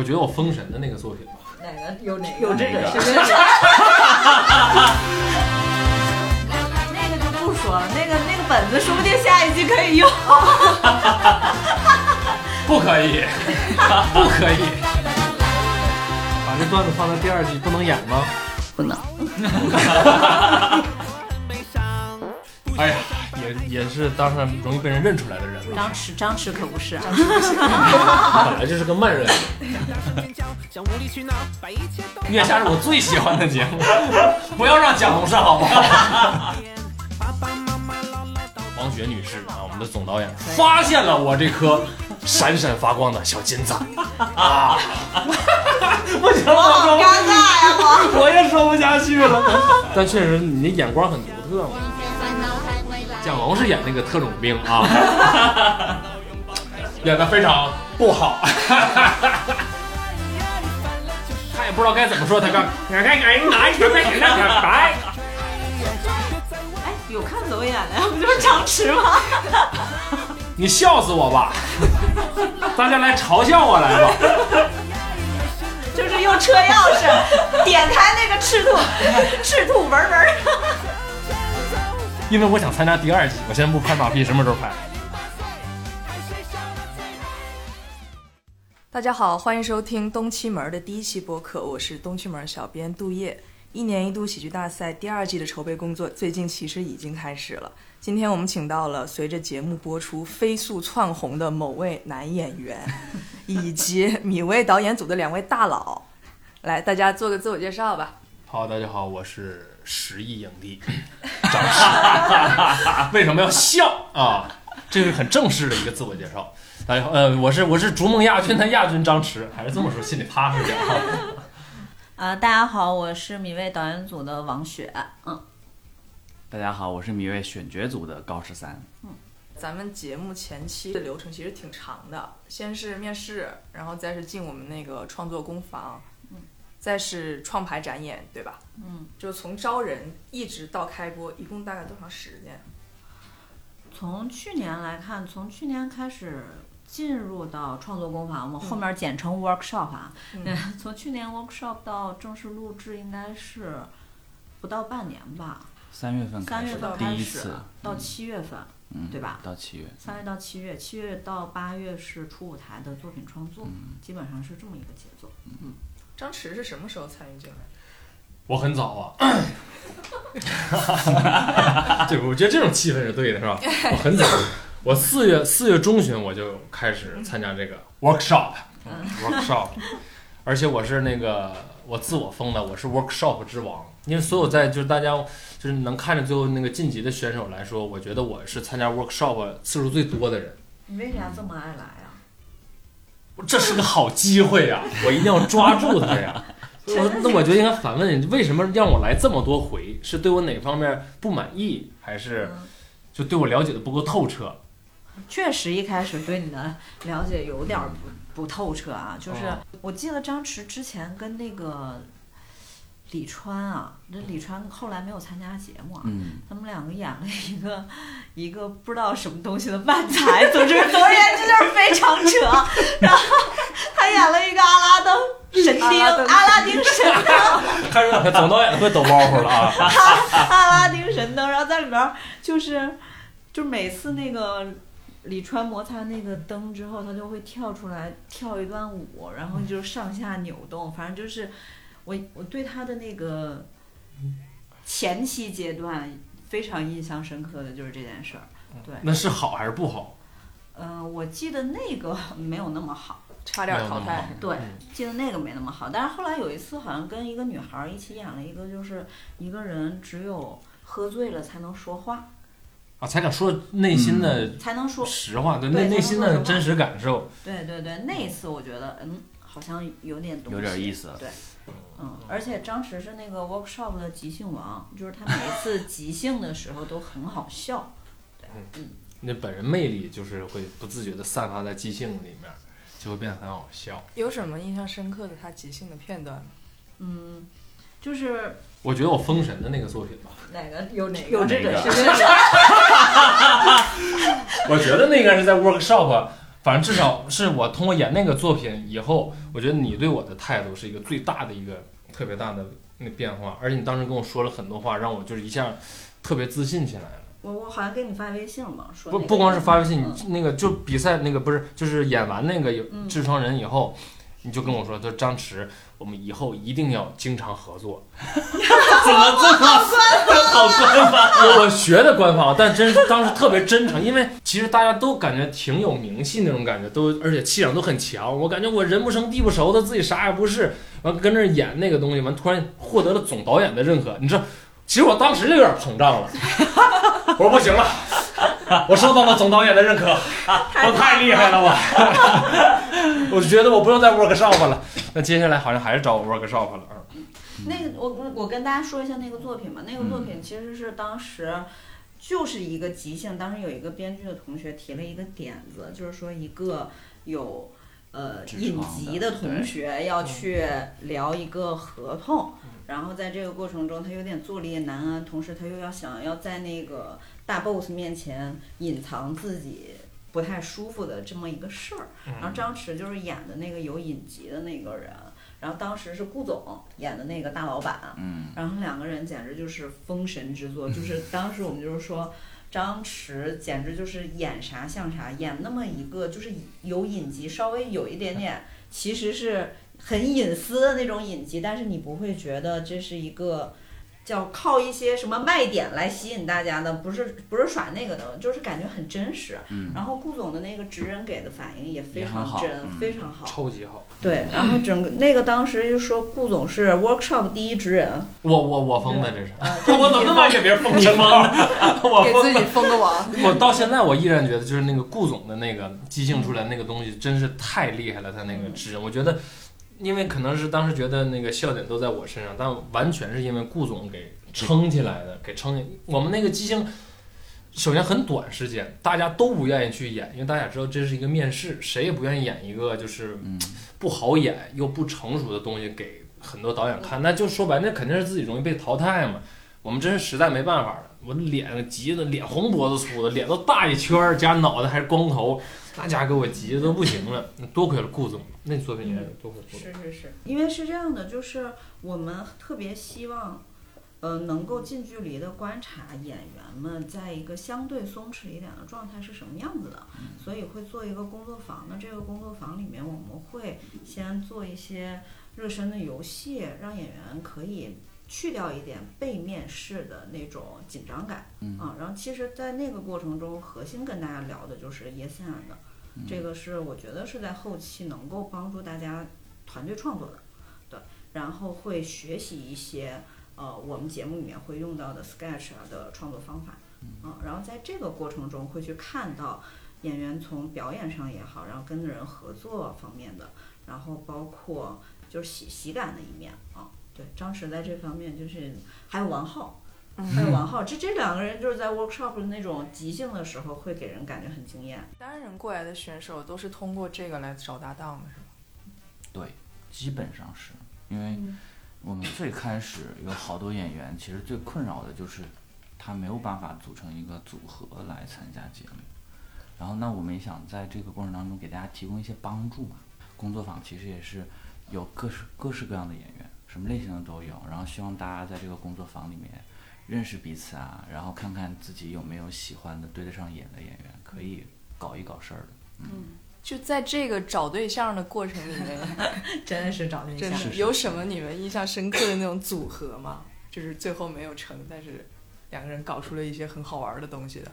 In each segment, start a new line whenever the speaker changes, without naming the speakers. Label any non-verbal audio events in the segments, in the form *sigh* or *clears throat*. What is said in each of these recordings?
我觉得我封神的那个作品吧。
哪个有哪有这个
哪
身份证？那个就不说了，那个那个本子说不定下一季可以用。
不可以， *laughs* 不可以。把这段子放在第二季不能演吗？
不能。
哎呀，也也是当上容易被人认出来的人了，
张弛，张弛可不是啊。
本来就是个慢热。月下是我最喜欢的节目，不要让蒋红是好吗？ *laughs* 王雪女士啊，我们的总导演发现了我这颗闪闪发光的小金子 *laughs* 啊！不行了，我说不
尴尬呀，我。
我也说不下去
*laughs*
了。但确实，你的眼光很独特嘛。蒋龙是演那个特种兵 *laughs* 啊，演的非常不好。他也不知道该怎么说，他刚该该该拿一个白白。
哎，有看走眼的呀，不就是张弛吗？ *laughs*
你笑死我吧！大家来嘲笑我来吧！
就是用车钥匙点开那个赤兔，赤兔文文。
因为我想参加第二季，我先不拍马屁，什么时候拍？
大家好，欢迎收听东七门的第一期播客，我是东七门小编杜叶。一年一度喜剧大赛第二季的筹备工作，最近其实已经开始了。今天我们请到了随着节目播出飞速窜红的某位男演员，以及米未导演组的两位大佬，来，大家做个自我介绍吧。
好，大家好，我是十亿影帝张弛。为什么要笑啊？这是很正式的一个自我介绍。大家好，呃，我是我是逐梦亚军的亚军张弛，还是这么说，心里踏实点啊。
啊，大家好，我是米未导演组的王雪。嗯，
大家好，我是米未选角组的高十三。
咱们节目前期的流程其实挺长的，先是面试，然后再是进我们那个创作工坊，再是创牌展演，对吧？
嗯，
就从招人一直到开播，一共大概多长时间？
从去年来看，从去年开始。进入到创作工坊，我们后面简称 workshop 啊。 *laughs*
嗯
从去年 workshop 到正式录制，应该是不到半年吧，
三月
三
份嗯开
月
始
份
的
开
第一
始
次，
到七月份，
嗯，
对吧
到七月，
三月到七月，七月到八月是初舞台的作品创作，
嗯
基本上是这么一个节奏。
张弛是什么时候参与进
*laughs*
来的？
我很早啊。 *laughs* 对，我觉得这种气氛是对的，是吧？我很早，我四月四月中旬我就开始参加这个 workshop，workshop，、workshop 而且我是那个我自我封的，我是 workshop 之王，因为所有在就是大家就是能看着最后那个晋级的选手来说，我觉得我是参加 workshop 次数最多的人。
你为啥这么爱来啊呀、
这是个好机会 *laughs* 呀、我一定要抓住它 *laughs* 呀！我那我就应该反问你，为什么让我来这么多回？是对我哪方面不满意，还是就对我了解的不够透彻？
嗯确实一开始对你的了解有点儿
嗯
不不透彻啊，就是
哦
我记得张弛之前跟那个李川啊，那李川后来没有参加节目啊，
嗯，
他们两个演了一个 *laughs* 一个不知道什么东西的漫才，总之 *laughs* 总而
*laughs*
言之就是非常扯。 *laughs* 然后他演了一个阿拉丁神
阿
丁，
拉丁
阿拉丁神灯，
看出来总导演会抖包袱了啊！
阿拉丁神灯，然后在里边儿就是就每次那个。李川摩擦那个灯之后，他就会跳出来跳一段舞，然后就上下扭动，反正就是我我对他的那个前期阶段非常印象深刻的就是这件事儿。对，
那是好还是不好？
嗯，我记得那个 *laughs* 没有那么好，
差点淘汰。
对
嗯，
记得那个没那么好。但是后来有一次，好像跟一个女孩儿一起演了一个，就是一个人只有喝醉了才能说话，
啊，才敢说内心的
才能说。
实话，对
对
内内心
才能
的
说实话
真实感受。
对对对，那一次我觉得，嗯，好像有点东西，
有点意思了。
嗯，而且张弛是那个 workshop 的即兴王，就是他每一次即兴的时候都很好笑。
那本人魅力就是会不自觉的散发在即兴里面，就会变得很好笑。
有什么印象深刻的他即兴的片段吗？
嗯，就是
我觉得我封神的那个作品吧。
哪个有哪
有这个
是这个
*laughs* 我觉得那个是在 workshop 反正至少是我通过演那个作品以后，我觉得你对我的态度是一个最大的一个特别大的那变化，而且你当时跟我说了很多话，让我就是一下特别自信起来了。
我我好像给你发微信了嘛，说
不
那个
不光是发微信，
嗯
你那个就比赛那个不是，就是演完那个有
嗯
痔疮人以后，你就跟我说，就张弛，我们以后一定要经常合
*laughs*
作。
怎么这么好官方？啊
我我学的官方，但真当时特别真诚，因为其实大家都感觉挺有名气那种感觉，都而且气场都很强。我感觉我人不生地不熟的，自己啥也不是，完跟那儿演那个东西，完突然获得了总导演的认可，你知道，其实我当时就有点膨胀了，我说不行了，我受到了总导演的认
*laughs*
可，我哦太厉害了我， *laughs* 我觉得我不用再 workshop 了。那接下来好像还是找我 workshop 了啊。
嗯
那个我我我跟大家说一下那个作品吧，那个作品其实是当时就是一个即兴，当时有一个编剧的同学提了一个点子，就是说一个有呃
职
隐
场
疾的
的
同
对嗯
学要去聊一个合同，然后在这个过程中他有点坐立难安，同时他又要想要在那个大 boss 面前隐藏自己不太舒服的这么一个事儿。然后
嗯
张弛就是演的那个有隐疾的那个人，然后当时是顾总演的那个大老板，
嗯，
然后两个人简直就是封神之
*laughs*
作，就是当时我们就是说。张弛简直就是演啥像啥，演那么一个就是有隐疾，稍微有一点点，其实是很隐私的那种隐疾，但是你不会觉得这是一个叫靠一些什么卖点来吸引大家的，不是不是耍那个的，就是感觉很真实。
嗯
然后顾总的那个职人给的反应也非
也很
常
好
真，
嗯
非常好。
超级好，
对，然后整个那个当时就说顾总是 workshop 第一职人，
我我我疯的这是，
啊
我怎么那么给
*laughs*
别人封神了？我
给
疯
自己封个王。
我到现在我依然觉得，就是那个顾总的那个即兴出来那个东西，真是太厉害了。他那
嗯
个智人，我觉得，因为可能是当时觉得那个笑点都在我身上，但完全是因为顾总给撑起来的，给撑起。我们那个即兴，首先很短时间，大家都不愿意去演，因为大家知道这是一个面试，谁也不愿意演一个就是
嗯
不好演又不成熟的东西给很多导演看，那就说白了，那肯定是自己容易被淘汰嘛。我们真是实在没办法了，我脸急的脸红脖子粗的，脸都大一圈儿，加脑袋还是光头，那家给我急的都不行了。多亏了顾总，那作品也是多亏了顾总。
*laughs* 是是是，因为是这样的，就是我们特别希望，呃，能够近距离的观察演员们在一个相对松弛一点的状态是什么样子的，所以会做一个工作坊。那这个工作坊里面，我们会先做一些热身的游戏，让演员可以。去掉一点被面试的那种紧张感，
嗯
啊，然后其实，在那个过程中，核心跟大家聊的就是 yes and，这个是我觉得是在后期能够帮助大家团队创作的，对，然后会学习一些呃我们节目里面会用到的 sketch 啊的创作方法，嗯，然后在这个过程中会去看到演员从表演上也好，然后跟人合作方面的，然后包括就是喜喜感的一面啊，对，张弛在这方面就是还有王浩。
嗯
还有王浩，这这两个人就是在 workshop 的那种即兴的时候，会给人感觉很惊艳。
单人过来的选手都是通过这个来找搭档的，是吧？
基本上是因为
嗯
我们最开始有好多演员，其实最困扰的就是他没有办法组成一个组合来参加节目。然后，那我们也想在这个过程当中给大家提供一些帮助嘛。工作坊其实也是有各式各式各样的演员，什么类型的都有。然后希望大家在这个工作坊里面认识彼此啊，然后看看自己有没有喜欢的、对得上眼的演员，可以搞一搞事儿的。
嗯
就在这个找对象的过程里面，
真的是找对
真
象。
是有什么你们印象深刻的那种组合吗？就是最后没有成，但是两个人搞出了一些很好玩的东西的。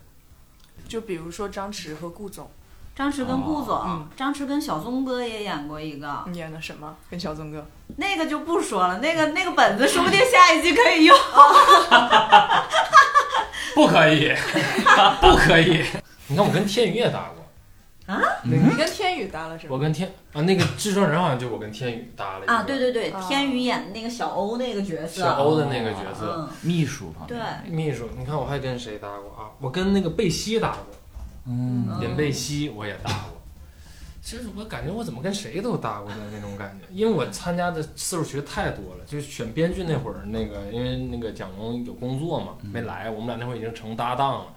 就比如说张弛和顾总，
张弛跟顾总，
嗯
张弛跟小松哥也演过一个，
你演的什么？跟小宗哥，
那个就不说了，那个那个本子说不定下一季可以用。
不可
*laughs*
以，不可以。你看我跟天宇也搭过，
你跟天宇搭了什
我
么？
跟天啊那个制作人好像就我跟天宇搭了一个
啊，对对对，
啊
天宇演的那个小欧那个角色，
小欧的那个角色。
嗯，
啊秘书旁边那个，
秘书，你看我还跟谁搭过啊？我跟那个贝西搭过，
嗯，
嗯
林贝西我也搭过。其实我感觉我怎么跟谁都搭过的那种感觉，因为我参加的次数其实太多了。就是选编剧那会嗯儿，那个因为那个蒋龙有工作嘛，没来，我们俩那会儿已经成搭档了。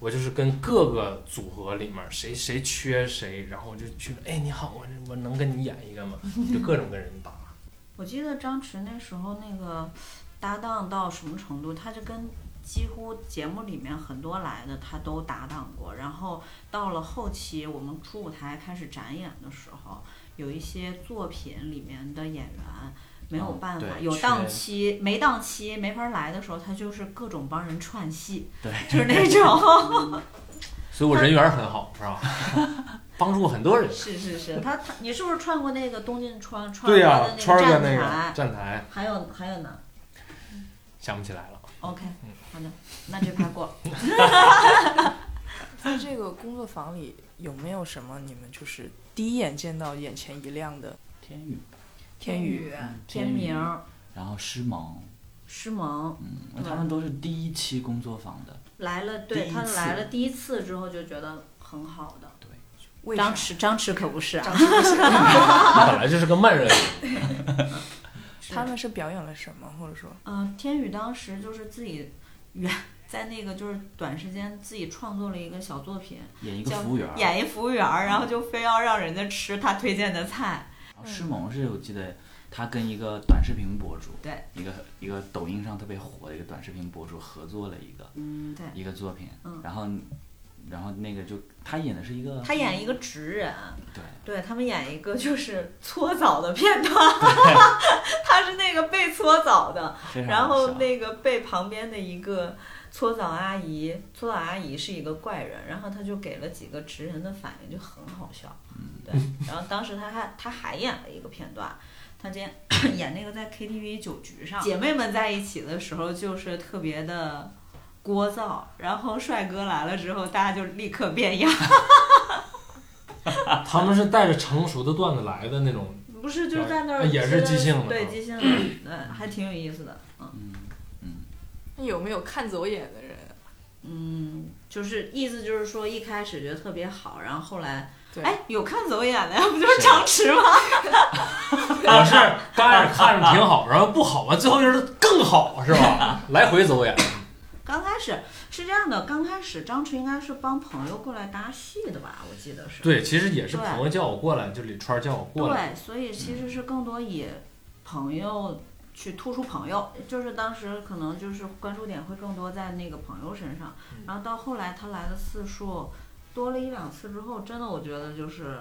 我就是跟各个组合里面谁谁缺谁，然后我就去，哎，你好，我我能跟你演一个吗？就各种跟人搭。
我记得张弛那时候那个搭档到什么程度，他就跟几乎节目里面很多来的他都搭档过。然后到了后期，我们出舞台开始展演的时候，有一些作品里面的演员没有
嗯
办法，
对
有
缺
档期没档期没法来的时候，他就是各种帮人串戏，
对，
就是那种。
*laughs* 所以我人缘很好，是吧？ *laughs* 帮助很多人。
是是是，他他你是不是串过那个东晋川川
对呀、
儿
川
哥
儿哥
的
那
那个
个
站台？
站台
还有还有呢
想不起来了。
？OK，
嗯
好的，那这趴过了。
在这个工作坊里有没有什么你们就是第一眼见到眼前一亮的
天宇，
天宇？
嗯
天明、，
然后诗萌，
诗萌
嗯，那他们都是第一期工作坊的，
来了，对
第一
他
次
来了第一次之后就觉得很好的。
为啥
张弛，张弛可不是啊，
张弛不是
他本来就是个慢热型，
*laughs* 他们是表演了什么，或者说
嗯、天宇当时就是自己原 *laughs* 在那个就是短时间自己创作了一个小作品，
演一个
叫
服务员儿。
演一服务员儿，然后就非要让人家吃他推荐的菜。
然后诗萌是我记得他跟一个短视频博主，
对，
一个一个抖音上特别火的一个短视频博主合作了一个
嗯，对。
一个作品
嗯，
然后然后那个就他演的是一个
*laughs* 他演一个直人，
对
对他们演一个就是搓澡的片段， *laughs*
*laughs*
他是那个被搓澡的，
非常
然
搞
后
笑
那个被旁边的一个搓澡阿姨，搓澡阿姨是一个怪人，然后他就给了几个直人的反应，就很好笑。
嗯
对，然后当时他还他还演了一个片段，他今天演那个在 KTV 酒局上，姐妹们在一起的时候就是特别的。聒噪，然后帅哥来了之后，大家就立刻变样，
他们是带着成熟的段子来的那 *laughs* 种。
不是就是在那儿
啊也是
吃
即兴的
对
啊
即兴的，对，还挺有意思的，嗯
嗯嗯，
那有没有看走眼的人？
嗯，就是意思就是说一开始觉得特别好，然后后来
对，
哎，有看走眼的呀，不就是
是
常池吗？
我是刚开始看着挺好，然后不好啊，最后就是更好，是 *laughs* 吧？来回走眼。
刚开始是这样的，刚开始张弛应该是帮朋友过来搭戏的吧，我记得是。
对，其实也是朋友叫我过来，就李川叫我过来。
对，所以其实是更多以朋友去突出朋友，就是当时可能就是关注点会更多在那个朋友身上，
嗯
然后到后来他来的次数多了一两次之后，真的我觉得就是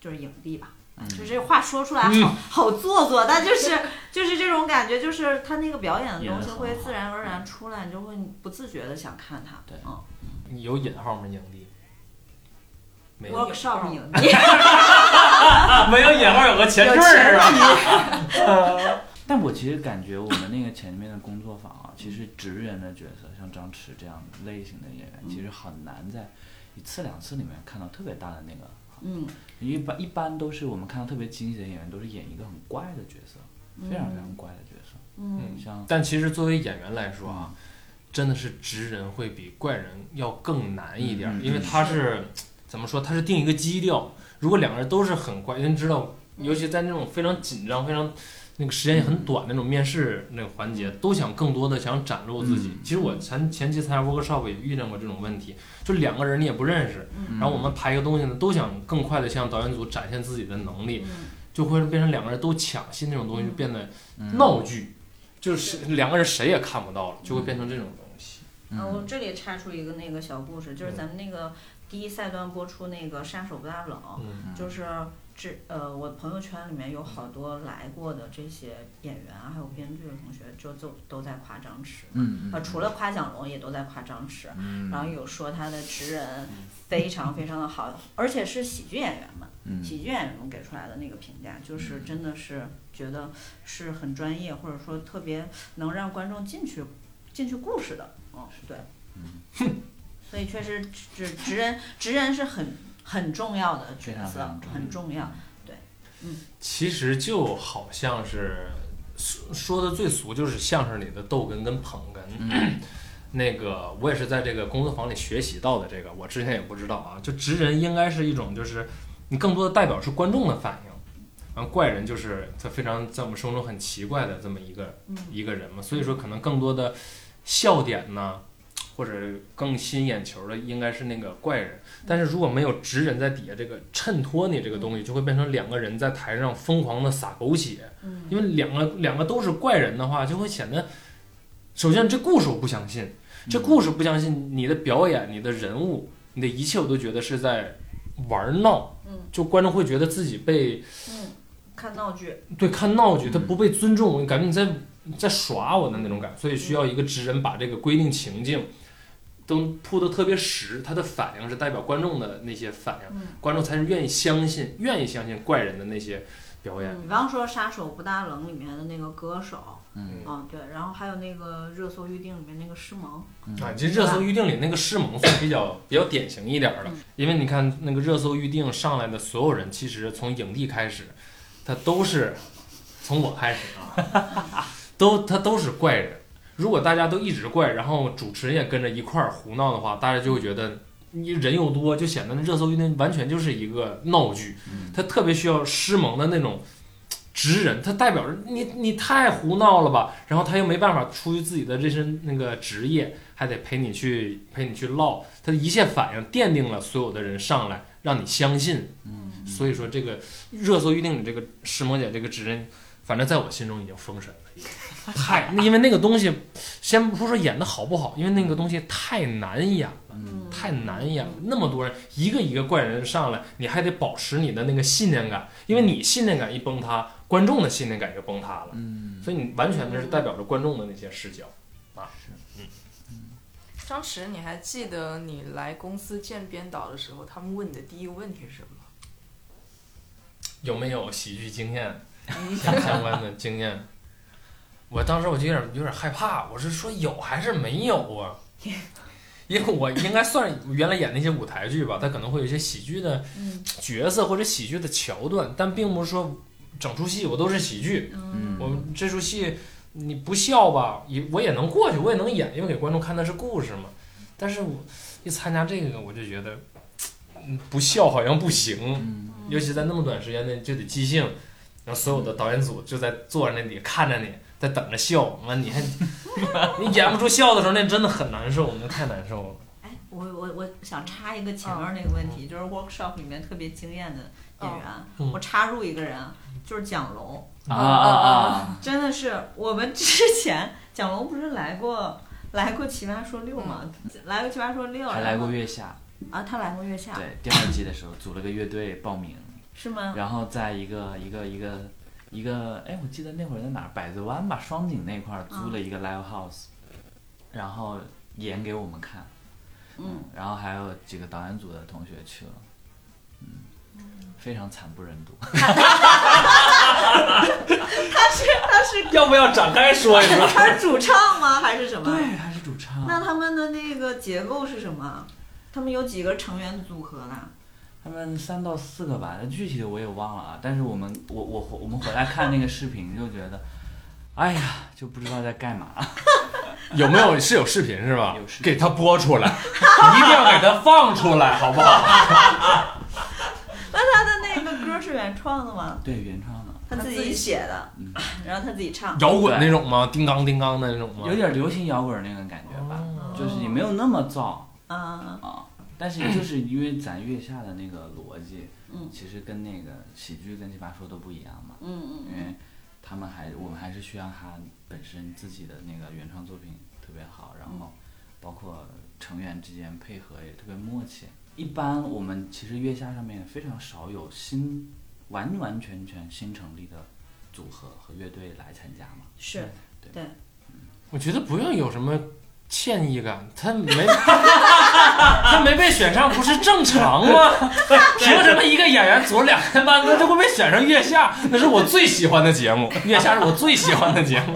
就是影帝吧。
嗯
就这话说出来好、
嗯
好做作，但就是就是这种感觉，就是他那个表演的东西
也
会
很好
自然而然出来，你就会不自觉的想看他。
对
嗯
你有引号吗？影帝？没有，
，workshop 影帝， *laughs*
没有引号，有个前
有
缀儿啊。
但我其实感觉我们那个前面的工作坊啊，其实职员的角色，像张弛这样类型的演员，
嗯
其实很难在一次两次里面看到特别大的那个。
嗯，
*laughs* 一般一般都是我们看到特别惊喜的演员，都是演一个很怪的角色，非常非常怪的角色，
嗯，
像
但其实作为演员来说啊
啊，，
真的是直人会比怪人要更难一点儿，
嗯嗯
因为他是怎么说？他是定一个基调。如果两个人都是很怪，因为知道，尤其在那种非常紧张、非常那个时间也
嗯
很短那种面试那个环节，都想更多的想展露自己
嗯。
其实我前前期参加 workshop 也遇见过这种问题，就两个人你也不认识，然
嗯
后我们排一个东西呢，都想更快的向导演组展现自己的能
嗯
力，就会变成两个人都抢戏那种东西，就变
嗯
得闹剧，就是两个人谁也看不到了，就会变成这种东西。
啊，我
嗯
这里插出一个那个小故事，就是咱们那个第一赛段播出那个《杀手不大冷》，
嗯，
嗯
就是这呃，我朋友圈里面有好多来过的这些演员啊，还有编剧的同学，就都都在夸张弛。
嗯
啊，除了夸蒋龙，也都在夸张弛，
嗯
然后有说他的职人非常非常的好，而且是喜剧演员嘛，
嗯
喜剧演员们给出来的那个评价，就是真的是觉得是很专业，或者说特别能让观众进去进去故事的，嗯，对，
嗯
所以确实职职人职人是很很重要的角
非常非
色
常重，要
很重要，
其实就好像是说说的最俗，就是相声里的逗哏跟捧哏。那个我也是在这个工作坊里学习到的，这个我之前也不知道啊。就直人应该是一种，就是你更多的代表是观众的反应，然后怪人就是他非常在我们生活中很奇怪的这么一个
嗯
一个人嘛。所以说可能更多的笑点呢，或者更吸引眼球的应该是那个怪人，但是如果没有直人在底下这个衬托你这个东西，就会变成两个人在台上疯狂的撒狗血，
嗯
因为两个两个都是怪人的话，就会显得，首先这故事我不相信，这故事不相信你的表演、你的人物、你的一切，我都觉得是在玩闹，
嗯
就观众会觉得自己被
嗯，看闹剧，
对看闹剧，他
嗯
不被尊重，感觉你在你在耍我的那种感
嗯
觉，所以需要一个直人把这个规定情境都铺得特别实，他的反应是代表观众的那些反应，
嗯。
观众才是愿意相信、愿意相信怪人的那些表
啊
演。
嗯，比方说《杀手不大冷》里面的那个歌手，
嗯
嗯，对，然后还有那个《热搜预定》里面那个诗萌，
啊，其实热搜预定里那个诗萌算比较比较典型一点儿的，因为你看那个热搜预定上来的所有人，其实从影帝开始，他都是从我开始啊，都他都是怪人。如果大家都一直怪，然后主持人也跟着一块儿胡闹的话，大家就会觉得你人又多，就显得那热搜预定完全就是一个闹剧。
嗯
他特别需要诗萌的那种直人，他代表着你你太胡闹了吧，然后他又没办法出于自己的这身那个职业，还得陪你去陪你去唠，他的一切反应奠定了所有的人上来让你相信，
嗯，
所以说这个热搜预定里这个诗萌姐这个直人。反正在我心中已经封神了，已经太因为那个东西，先不说演的好不好，因为那个东西太难演了。
嗯
嗯，
太难演了，那么多人一个一个怪人上来，你还得保持你的那个信念感，因为你信念感一崩塌，观众的信念感就崩塌了，
嗯，
所以你完全就是代表着观众的那些视角。
张弛，你还记得你来公司见编导的时候，他们问你的第一个问题是什么？
有没有喜剧经验相相关的经验？我当时我就有点有点害怕，我是说有还是没有啊？因为我应该算是原来演那些舞台剧吧，它可能会有一些喜剧的
嗯
角色或者喜剧的桥段，但并不是说整出戏我都是喜剧。
嗯
我们这出戏你不笑吧，也我也能过去，我也能演，因为给观众看的是故事嘛。但是我一参加这个，我就觉得，嗯不笑好像不行，
嗯
尤其在那么短时间内就得即兴，然后所有的导演组就在坐在那里看着你，在等着笑，完你还 *laughs* 你演不出笑的时候，那真的很难受，那太难受了。
哎，我我我想插一个前面那个问题，就是 workshop 里面特别惊艳的演员，
嗯
我插入一个人，啊就是蒋龙，
啊啊啊，
真的是我们之前蒋龙不是来过来过《奇葩说六》吗？来过《奇葩说六》，
还来
然后
过月下，
啊，他来过月下，
对，第二季的时候组了个乐队报名，
是吗？
然后在一个一个一个一个，哎，我记得那会儿在哪儿，百子湾吧，双井那块儿
嗯
租了一个 live house，、然后演给我们看，
嗯，
然后还有几个导演组的同学去了，嗯，非常惨不忍睹。
他是
要不要展开说一说？
他是主唱吗？还是什么？
对，哎还是主唱。
那他们的那个结构是什么？他们有几个成员组合呢？ *laughs*
他们三到四个吧，具体的我也忘了啊。但是我们我我我们回来看那个视频就觉得，哎呀，就不知道在干嘛。
有没有是有视频是吧？
有视频
给它播出来， *laughs* 一定要给它放出来，好不好？
那他的那个歌是原创的吗？
对，原创的，
他自己写的，然后他自己唱。
摇滚那种吗？叮当叮当的那种吗？
有点流行摇滚那种感觉吧，
哦
哦
嗯
就是也没有那么燥
啊，
啊。但是就是因为咱月下的那个逻辑，
嗯
其实跟那个喜剧跟奇葩说都不一样嘛，
嗯
因为他们还我们还是需要他本身自己的那个原创作品特别好，然后
嗯
包括成员之间配合也特别默契。一般我们其实月下上面非常少有新完完全全新成立的组合和乐队来参加嘛，
是，对，
我觉得不用有什么歉意感，他 *laughs* 没他没被选上不是正常 *laughs* 吗？凭什么一个演员组两年半，那就会被选上月下？那是我最喜欢的节目，月下是我最喜欢的节 *laughs* 目，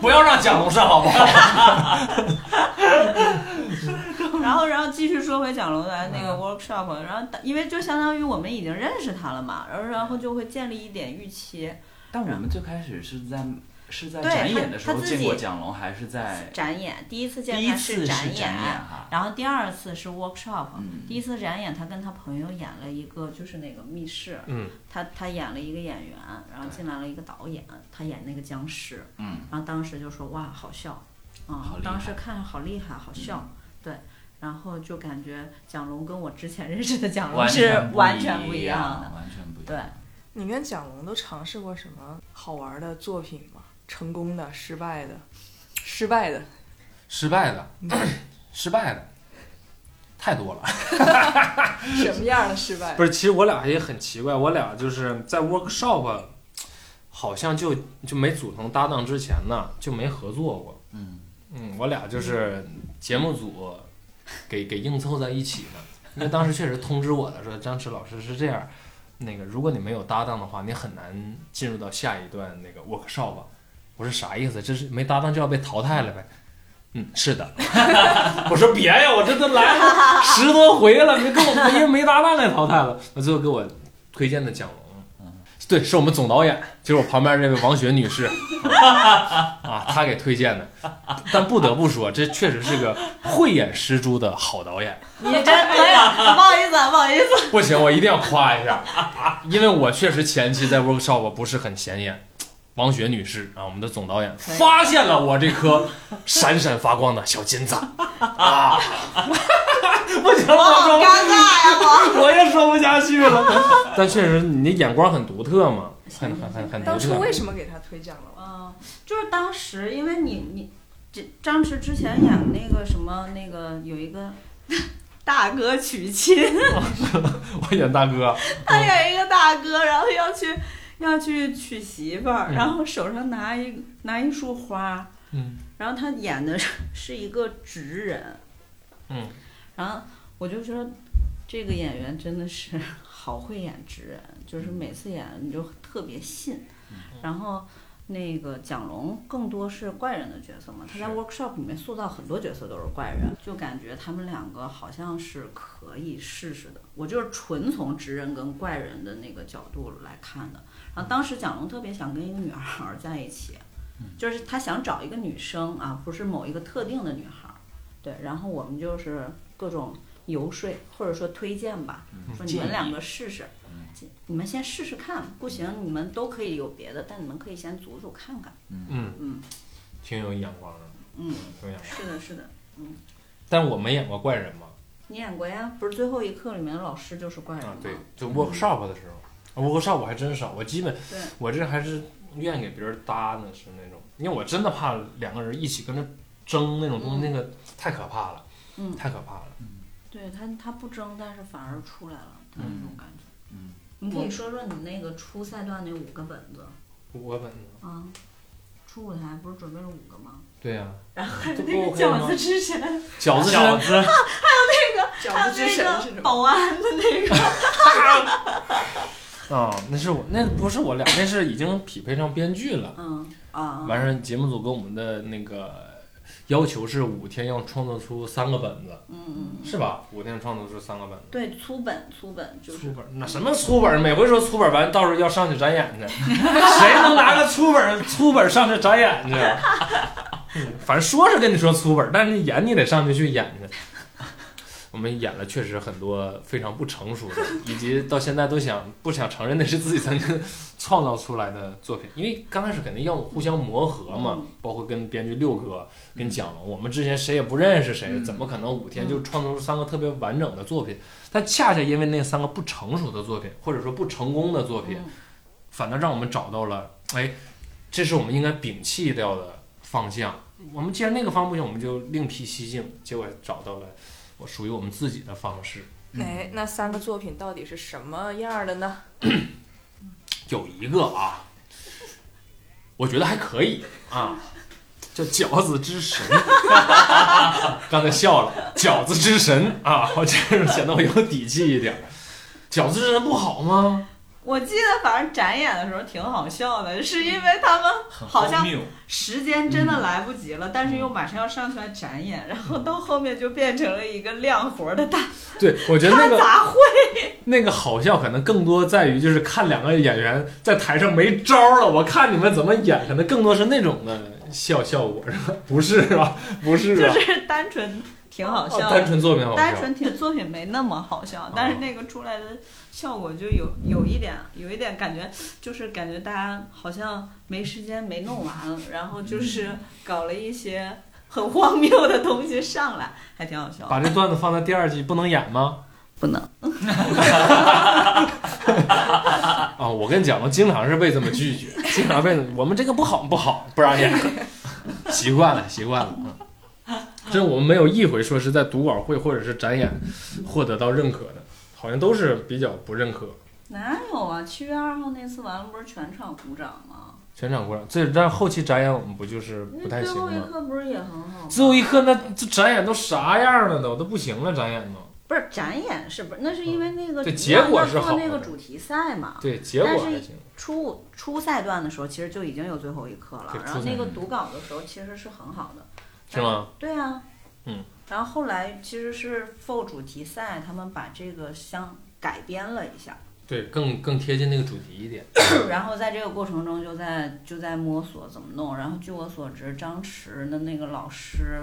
不要让蒋龙上好不 *laughs* 好？
嗯
然后，然后继续说回蒋龙来那个 workshop，然后因为就相当于我们已经认识他了嘛，然后然后就会建立一点预期。
但我们最开始是在是在
对
展
他
演的时候
他自己
见过蒋龙，还是在
展演第一次见
第一
他
次
展
展
演，
哈？
然后第二次是 workshop，、
嗯
第一次展演他跟他朋友演了一个就是那个密室，
嗯，
他他演了一个演员，然后进来了一个导演，他演那个僵尸，
嗯，
然后当时就说哇好笑，啊、
好厉害嗯
当时看好厉害，好笑，然后就感觉蒋龙跟我之前认识的蒋龙
完
是
全
完全不
一
一样的。，
完全不一
对
样。
你跟蒋龙都尝试过什么好玩的作品吗？成功的、失败的、失败的，
失败的，失败的太多了。
什么样的失败？
*laughs* 不是，其实我俩也很奇怪，我俩就是在 workshop，好像就就没组成搭档之前呢，就没合作过。
嗯，
嗯，我俩就是节目组给给硬凑在一起的，因为当时确实通知我的说，张弛老师是这样，那个如果你没有搭档的话，你很难进入到下一段那个 workshop。我说啥意思？这是没搭档就要被淘汰了呗？嗯，是的。 *laughs* 我说别呀，我这都来了十多回了，没跟我因为没搭档给淘汰了。那最后给我推荐的蒋龙
嗯，
对，是我们总导演，就是我旁边这位王雪女士啊，她给推荐的。但不得不说，这确实是个慧眼识珠的好导演。
你真哎呀，不好意思啊，不好意思。
不行，我一定要夸一下，因为我确实前期在 workshop 不是很显眼。王雪女士啊，我们的总导演
可以
发现了我这颗闪闪发光的小金子啊！不行，
我
我
好
说
尴尬呀，
我也说不下去了。但确实，你眼光很独特嘛，很很很很独
当初
特。
为什么给他推蒋龙
*laughs*
啊
我。？嗯，就是当时因为你你这张弛之前演那个什么那个有一个大哥娶亲，
我演大哥，
他
嗯
演一个大哥，然后要去要去娶媳妇儿，
嗯
然后手上拿一拿一束花，
嗯，
然后他演的 *laughs* 是是一个直人，
嗯，
然后我就说这个演员真的是好会演直人，就是每次演你就特别信，
嗯
然后。那个蒋龙更多是怪人的角色嘛，他在
是
workshop 里面塑造很多角色都是怪人，就感觉他们两个好像是可以试试的。我就是纯从直人跟怪人的那个角度来看的。然后当时蒋龙特别想跟一女孩儿在一起，就是他想找一个女生啊，不是某一个特定的女孩儿。对，然后我们就是各种游说或者说推荐吧，说你们两个试试，
嗯
你们先试试看，不行你们都可以有别的，但你们可以先组组看看。
嗯
嗯，
挺有眼光的，
嗯，
挺有眼光。
是的，是的。
但我没演过怪人嘛，
你演过呀？不是最后一课里面的老师就是怪人吗？
啊，对，就 workshop 的时候、w o r k s h o p 我还真少，我基本
对
我这还是愿意给别人搭呢，是那种，因为我真的怕两个人一起跟着争那种东西，那个太可怕了，
嗯
太可怕了。
对他他不争，但是反而出来了，他有这种感觉。
嗯，
你可以说说你那个初赛段那五个本子
我本子，
啊，初舞台不是准备了五个吗？
对呀、
然后还有
这
那
不
个
OK 吗
饺子之神，
*laughs* 饺子
饺
子，
还
饺
有
子之神
那
是什
个
么？
保安的那个，
啊、那是我那不是我俩，那是已经匹配上编剧了。
*laughs* 嗯啊，
完事儿，节目组给我们的那个要求是五天要创作出三个本子，
嗯嗯，
是吧？五天创作出三个本子。
对，粗本粗本就是
粗本儿那什么粗本儿？每回说粗本儿完，到时候要上去展演
*laughs*
去，谁能拿个粗本儿粗本儿上去展演去？嗯反正说是跟你说粗本儿，但是演你得上去去演去。我们演了确实很多非常不成熟的，以及到现在都想不想承认那是自己曾经创造出来的作品，因为刚开始肯定要互相磨合嘛
嗯，
包括跟编剧六哥、跟蒋龙，我们之前谁也不认识谁，
嗯
怎么可能五天就创作出三个特别完整的作品？但恰恰因为那三个不成熟的作品，或者说不成功的作品，
嗯
反倒让我们找到了，哎，这是我们应该摒弃掉的方向。我们既然那个方不行，我们就另辟蹊径，结果找到了我属于我们自己的方式。
哎，那三个作品到底是什么样的呢？
有一个啊，我觉得还可以啊，叫饺子之神。 *laughs* 刚才笑了，饺子之神啊，我这样显得我有底气一点儿。饺子之神不好吗？
我记得反正展演的时候挺好笑的，是因为他们
很
好像
荒谬。
时间真的来不及了，但是又马上要上出来展演，然后到后面就变成了一个亮活的大
对，我觉得那
大
个
杂烩。
那个好笑可能更多在于就是看两个演员在台上没招儿了，我看你们怎么演，可能更多是那种的笑效果，是吧？不是啊，不是
就
啊，
是单纯挺好笑
哦
的，
单纯作品好笑，
单纯挺作品没那么好笑，但是那个出来的效果就有有一点，有一点感觉，就是感
嗯
觉大家好像没时间没弄完，然后就是搞了一些很荒谬的东西上来，还挺好笑的。
把这段子放在第二季不能演吗？
不能，
啊，我跟你讲，我经常是被这么拒绝， *laughs* 经常被我们这个不好不好不让演， *laughs* 习惯了习惯了。嗯，这我们没有一回说是在读稿会或者是展演获得到认可的，好像都是比较不认可。
哪有啊？七月二号那次完了，不是全场鼓掌吗？
全场鼓掌，这但是后期展演我们不就是不太
那
行啊
最后一
吗？
刻不是也很好吗？
最后一刻那这展演都啥样了都都不行了，展演都
不是展演是不是？那是因为那个
嗯对结果是好
做
的
那个主题赛嘛。
对结果
但是
还行。
初初赛段的时候，其实就已经有最后一刻了
对。
然后
初赛嗯
那个读稿的时候，其实是很好的。
是吗？
对啊。
嗯。
然后后来其实是 for 主题赛，他们把这个相改编了一
*coughs*
下，
对，更更贴近那个主题一点。
然后在这个过程中就在就在摸索怎么弄。然后据我所知，张弛的那个老师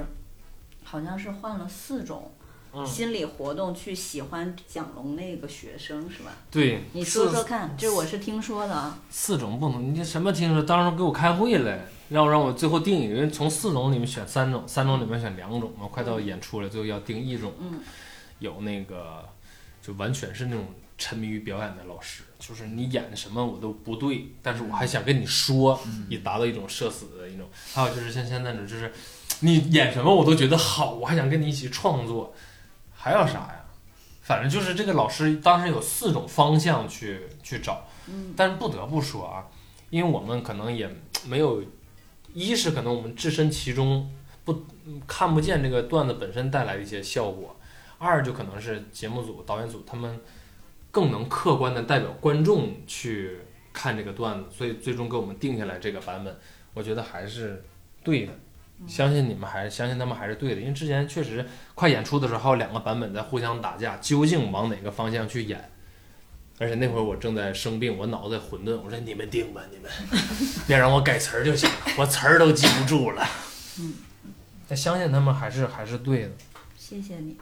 好像是换了四种
嗯
心理活动去喜欢蒋龙那个学生，是吧？
对，
你说
四
说看，这我是听说的啊。
四种不能，你这什么听说？当时给我开会了，让我让我最后定一个人从四种里面选三种，三种里面选两种嘛，快到演出了，最后要定一种。
嗯，
有那个就完全是那种沉迷于表演的老师，就是你演的什么我都不对，但是我还想跟你说，
嗯
以达到一种社死的一种。还有就是像现在那种，就是你演什么我都觉得好，我还想跟你一起创作。还有啥呀？反正就是这个老师当时有四种方向去去找。
嗯
但是不得不说啊，因为我们可能也没有，一是可能我们置身其中不嗯看不见这个段子本身带来的一些效果，二就可能是节目组、导演组他们更能客观的代表观众去看这个段子，所以最终给我们定下来这个版本，我觉得还是对的。相信你们还是相信他们还是对的，因为之前确实快演出的时候，还有两个版本在互相打架，究竟往哪个方向去演？而且那会儿我正在生病，我脑子混沌，我说你们定吧，你们别让我改词儿就行，我词儿都记不住了。
嗯，
但相信他们还是还是对的，
谢谢你。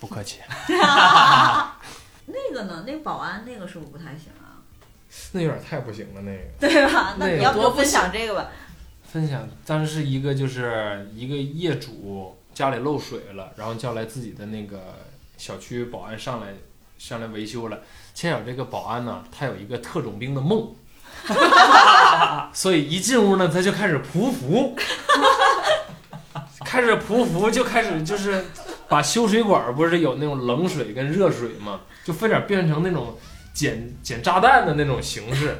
不客气。 *laughs*
那个呢？那保安那个是不是不太行啊？
那有点太不行了，那个
对吧？那
那个
你要不
多
就分享这个吧。
分享当时是一个就是一个业主家里漏水了，然后叫来自己的那个小区保安上来上来维修了。恰巧这个保安呢，他有一个特种兵的梦，所以一进屋呢，他就开始匍匐，开始匍匐就开始就是把修水管儿不是有那种冷水跟热水嘛，就非得变成那种捡捡炸弹的那种形式。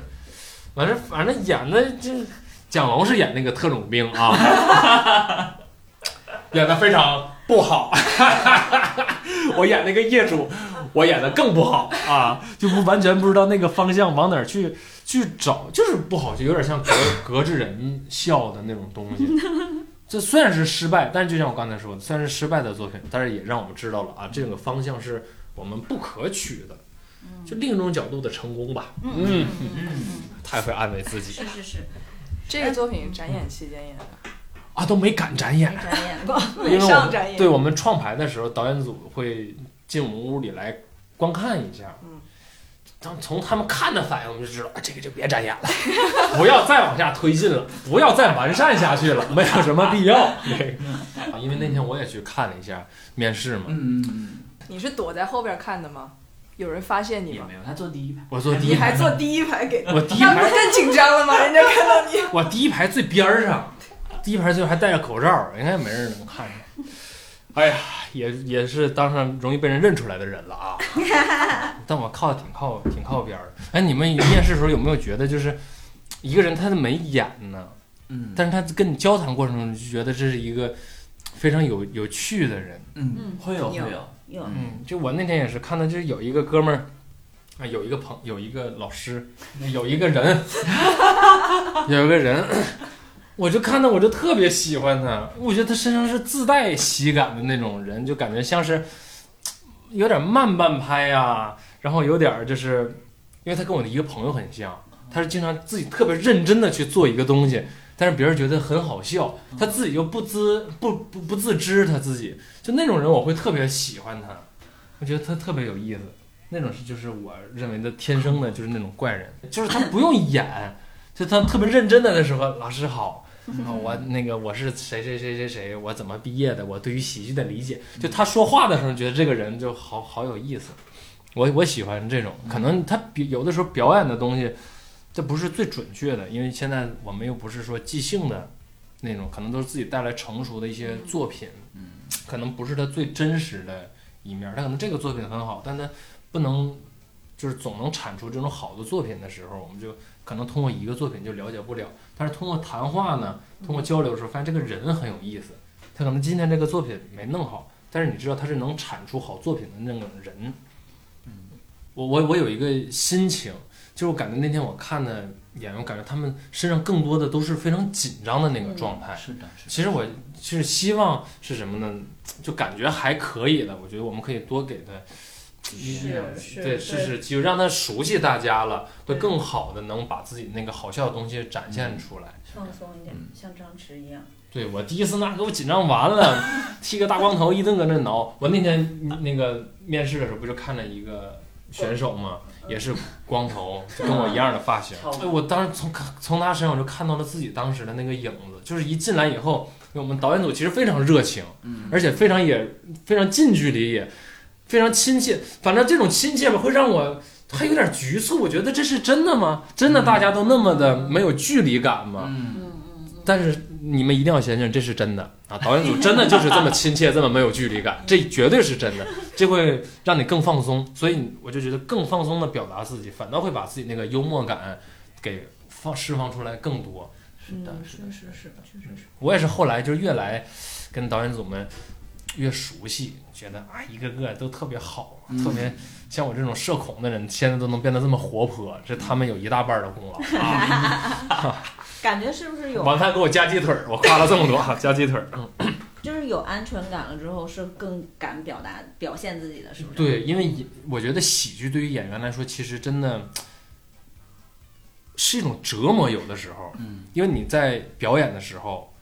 完事，反正演的这蒋龙是演那个特种兵啊，演的非常不好。 *laughs* 我演那个业主，我演的更不好啊，就不完全不知道那个方向往哪儿去去找，就是不好，就有点像隔隔着人笑的那种东西。这虽然是失败，但是就像我刚才说的，虽然是失败的作品，但是也让我们知道了啊，这个方向是我们不可取的，
嗯
就另一种角度的成功吧。嗯，太会安慰自己
是是是，
这个作品展演期间也
啊，都没敢展演
没。展演过。
因为
没
我
上展
们
演，
对我们创排的时候，导演组会进我们屋里来观看一下。
嗯，
当从他们看的反应，我们就知道啊，这个就别展演了， *laughs* 不要再往下推进了，不要再完善下去了，没有什么必要。这
嗯
个，啊因为那天我也去看了一下面试嘛，
嗯嗯嗯，
你是躲在后边看的吗？有人发现你
也
吗？
没有，他坐第一排。
我坐第一
你
排
还，坐第一排给，
我第一
*laughs* 那不
排
是，更紧张了吗？人家看到你，
我第一排最边儿上，第一排最后还戴着口罩，应该没人能看见。哎呀，也也是当上容易被人认出来的人了啊。但我靠的挺靠挺靠边儿的。哎，你们面试的时候有没有觉得就是一个人他没演呢，
嗯，
但是他跟你交谈过程中就觉得这是一个非常有有趣的人。
嗯，
嗯，
会有会
有
有，
有
嗯，就我那天也是看到，就是有一个哥们儿，啊，有一个朋，有一个老师，有一个人， *laughs* 有一个人， *clears throat* 我就看到我就特别喜欢他，我觉得他身上是自带喜感的那种人，就感觉像是有点慢半拍呀、然后有点儿就是，因为他跟我的一个朋友很像，他是经常自己特别认真的去做一个东西。但是别人觉得很好笑，他自己又不知不不不自知他自己，就那种人，我会特别喜欢他，我觉得他特别有意思。那种是就是我认为的天生的就是那种怪人，就是他不用演，就他特别认真的的时候，老师好，啊我那个我是谁谁谁谁谁，我怎么毕业的，我对于喜剧的理解，就他说话的时候觉得这个人就好好有意思，我我喜欢这种，可能他比有的时候表演的东西，这不是最准确的，因为现在我们又不是说即兴的那种，可能都是自己带来成熟的一些作品，
嗯，
可能不是他最真实的一面，他可能这个作品很好，但他不能就是总能产出这种好的作品的时候，我们就可能通过一个作品就了解不了，但是通过谈话呢，通过交流的时候，发现这个人很有意思，他可能今天这个作品没弄好，但是你知道他是能产出好作品的那种人。我我我有一个心情，就是我感觉那天我看的演员，我感觉他们身上更多的都是非常紧张的那个状态。
是的，是的。
其实我是希望是什么呢？就感觉还可以的，我觉得我们可以多给他
是是
对，
对
试试机会，让他熟悉大家了，会
对
更好的能把自己那个好笑的东西展现出来。
放松一点
嗯，
像张弛一样。
对我第一次那给我紧张完了， *laughs* 剃个大光头一顿搁那挠。我那天那个面试的时候不就看了一个选手嘛，也是光头，跟我一样的发型。
超
哎，我当时从从他身上我就看到了自己当时的那个影子，就是一进来以后，我们导演组其实非常热情，
嗯，
而且非常也非常近距离，也非常亲切。反正这种亲切吧，会让我还有点局促。我觉得这是真的吗？真的大家都那么的没有距离感吗？
嗯，
嗯嗯嗯。
但是你们一定要相信这是真的啊！导演组真的就是这么亲切，这么没有距离感，这绝对是真的，这会让你更放松。所以我就觉得更放松的表达自己，反倒会把自己那个幽默感给放释放出来更多。
是的，
嗯
是的，
是是，确实是。
我也是后来就是越来跟导演组们越熟悉，觉得啊一个个都特别好，特别像我这种社恐的人，现在都能变得这么活泼，这他们有一大半的 *laughs* 功劳啊！
*laughs* 感觉是不是有，
晚饭给我加鸡腿儿，我夸了这么多，啊 *laughs* 加鸡腿儿。嗯
就是有安全感了之后，是更敢表达、表现自己的，是不是？
对，因为演我觉得喜剧对于演员来说，其实真的是一种折磨，有的时候，
嗯，
因为你在表演的时候，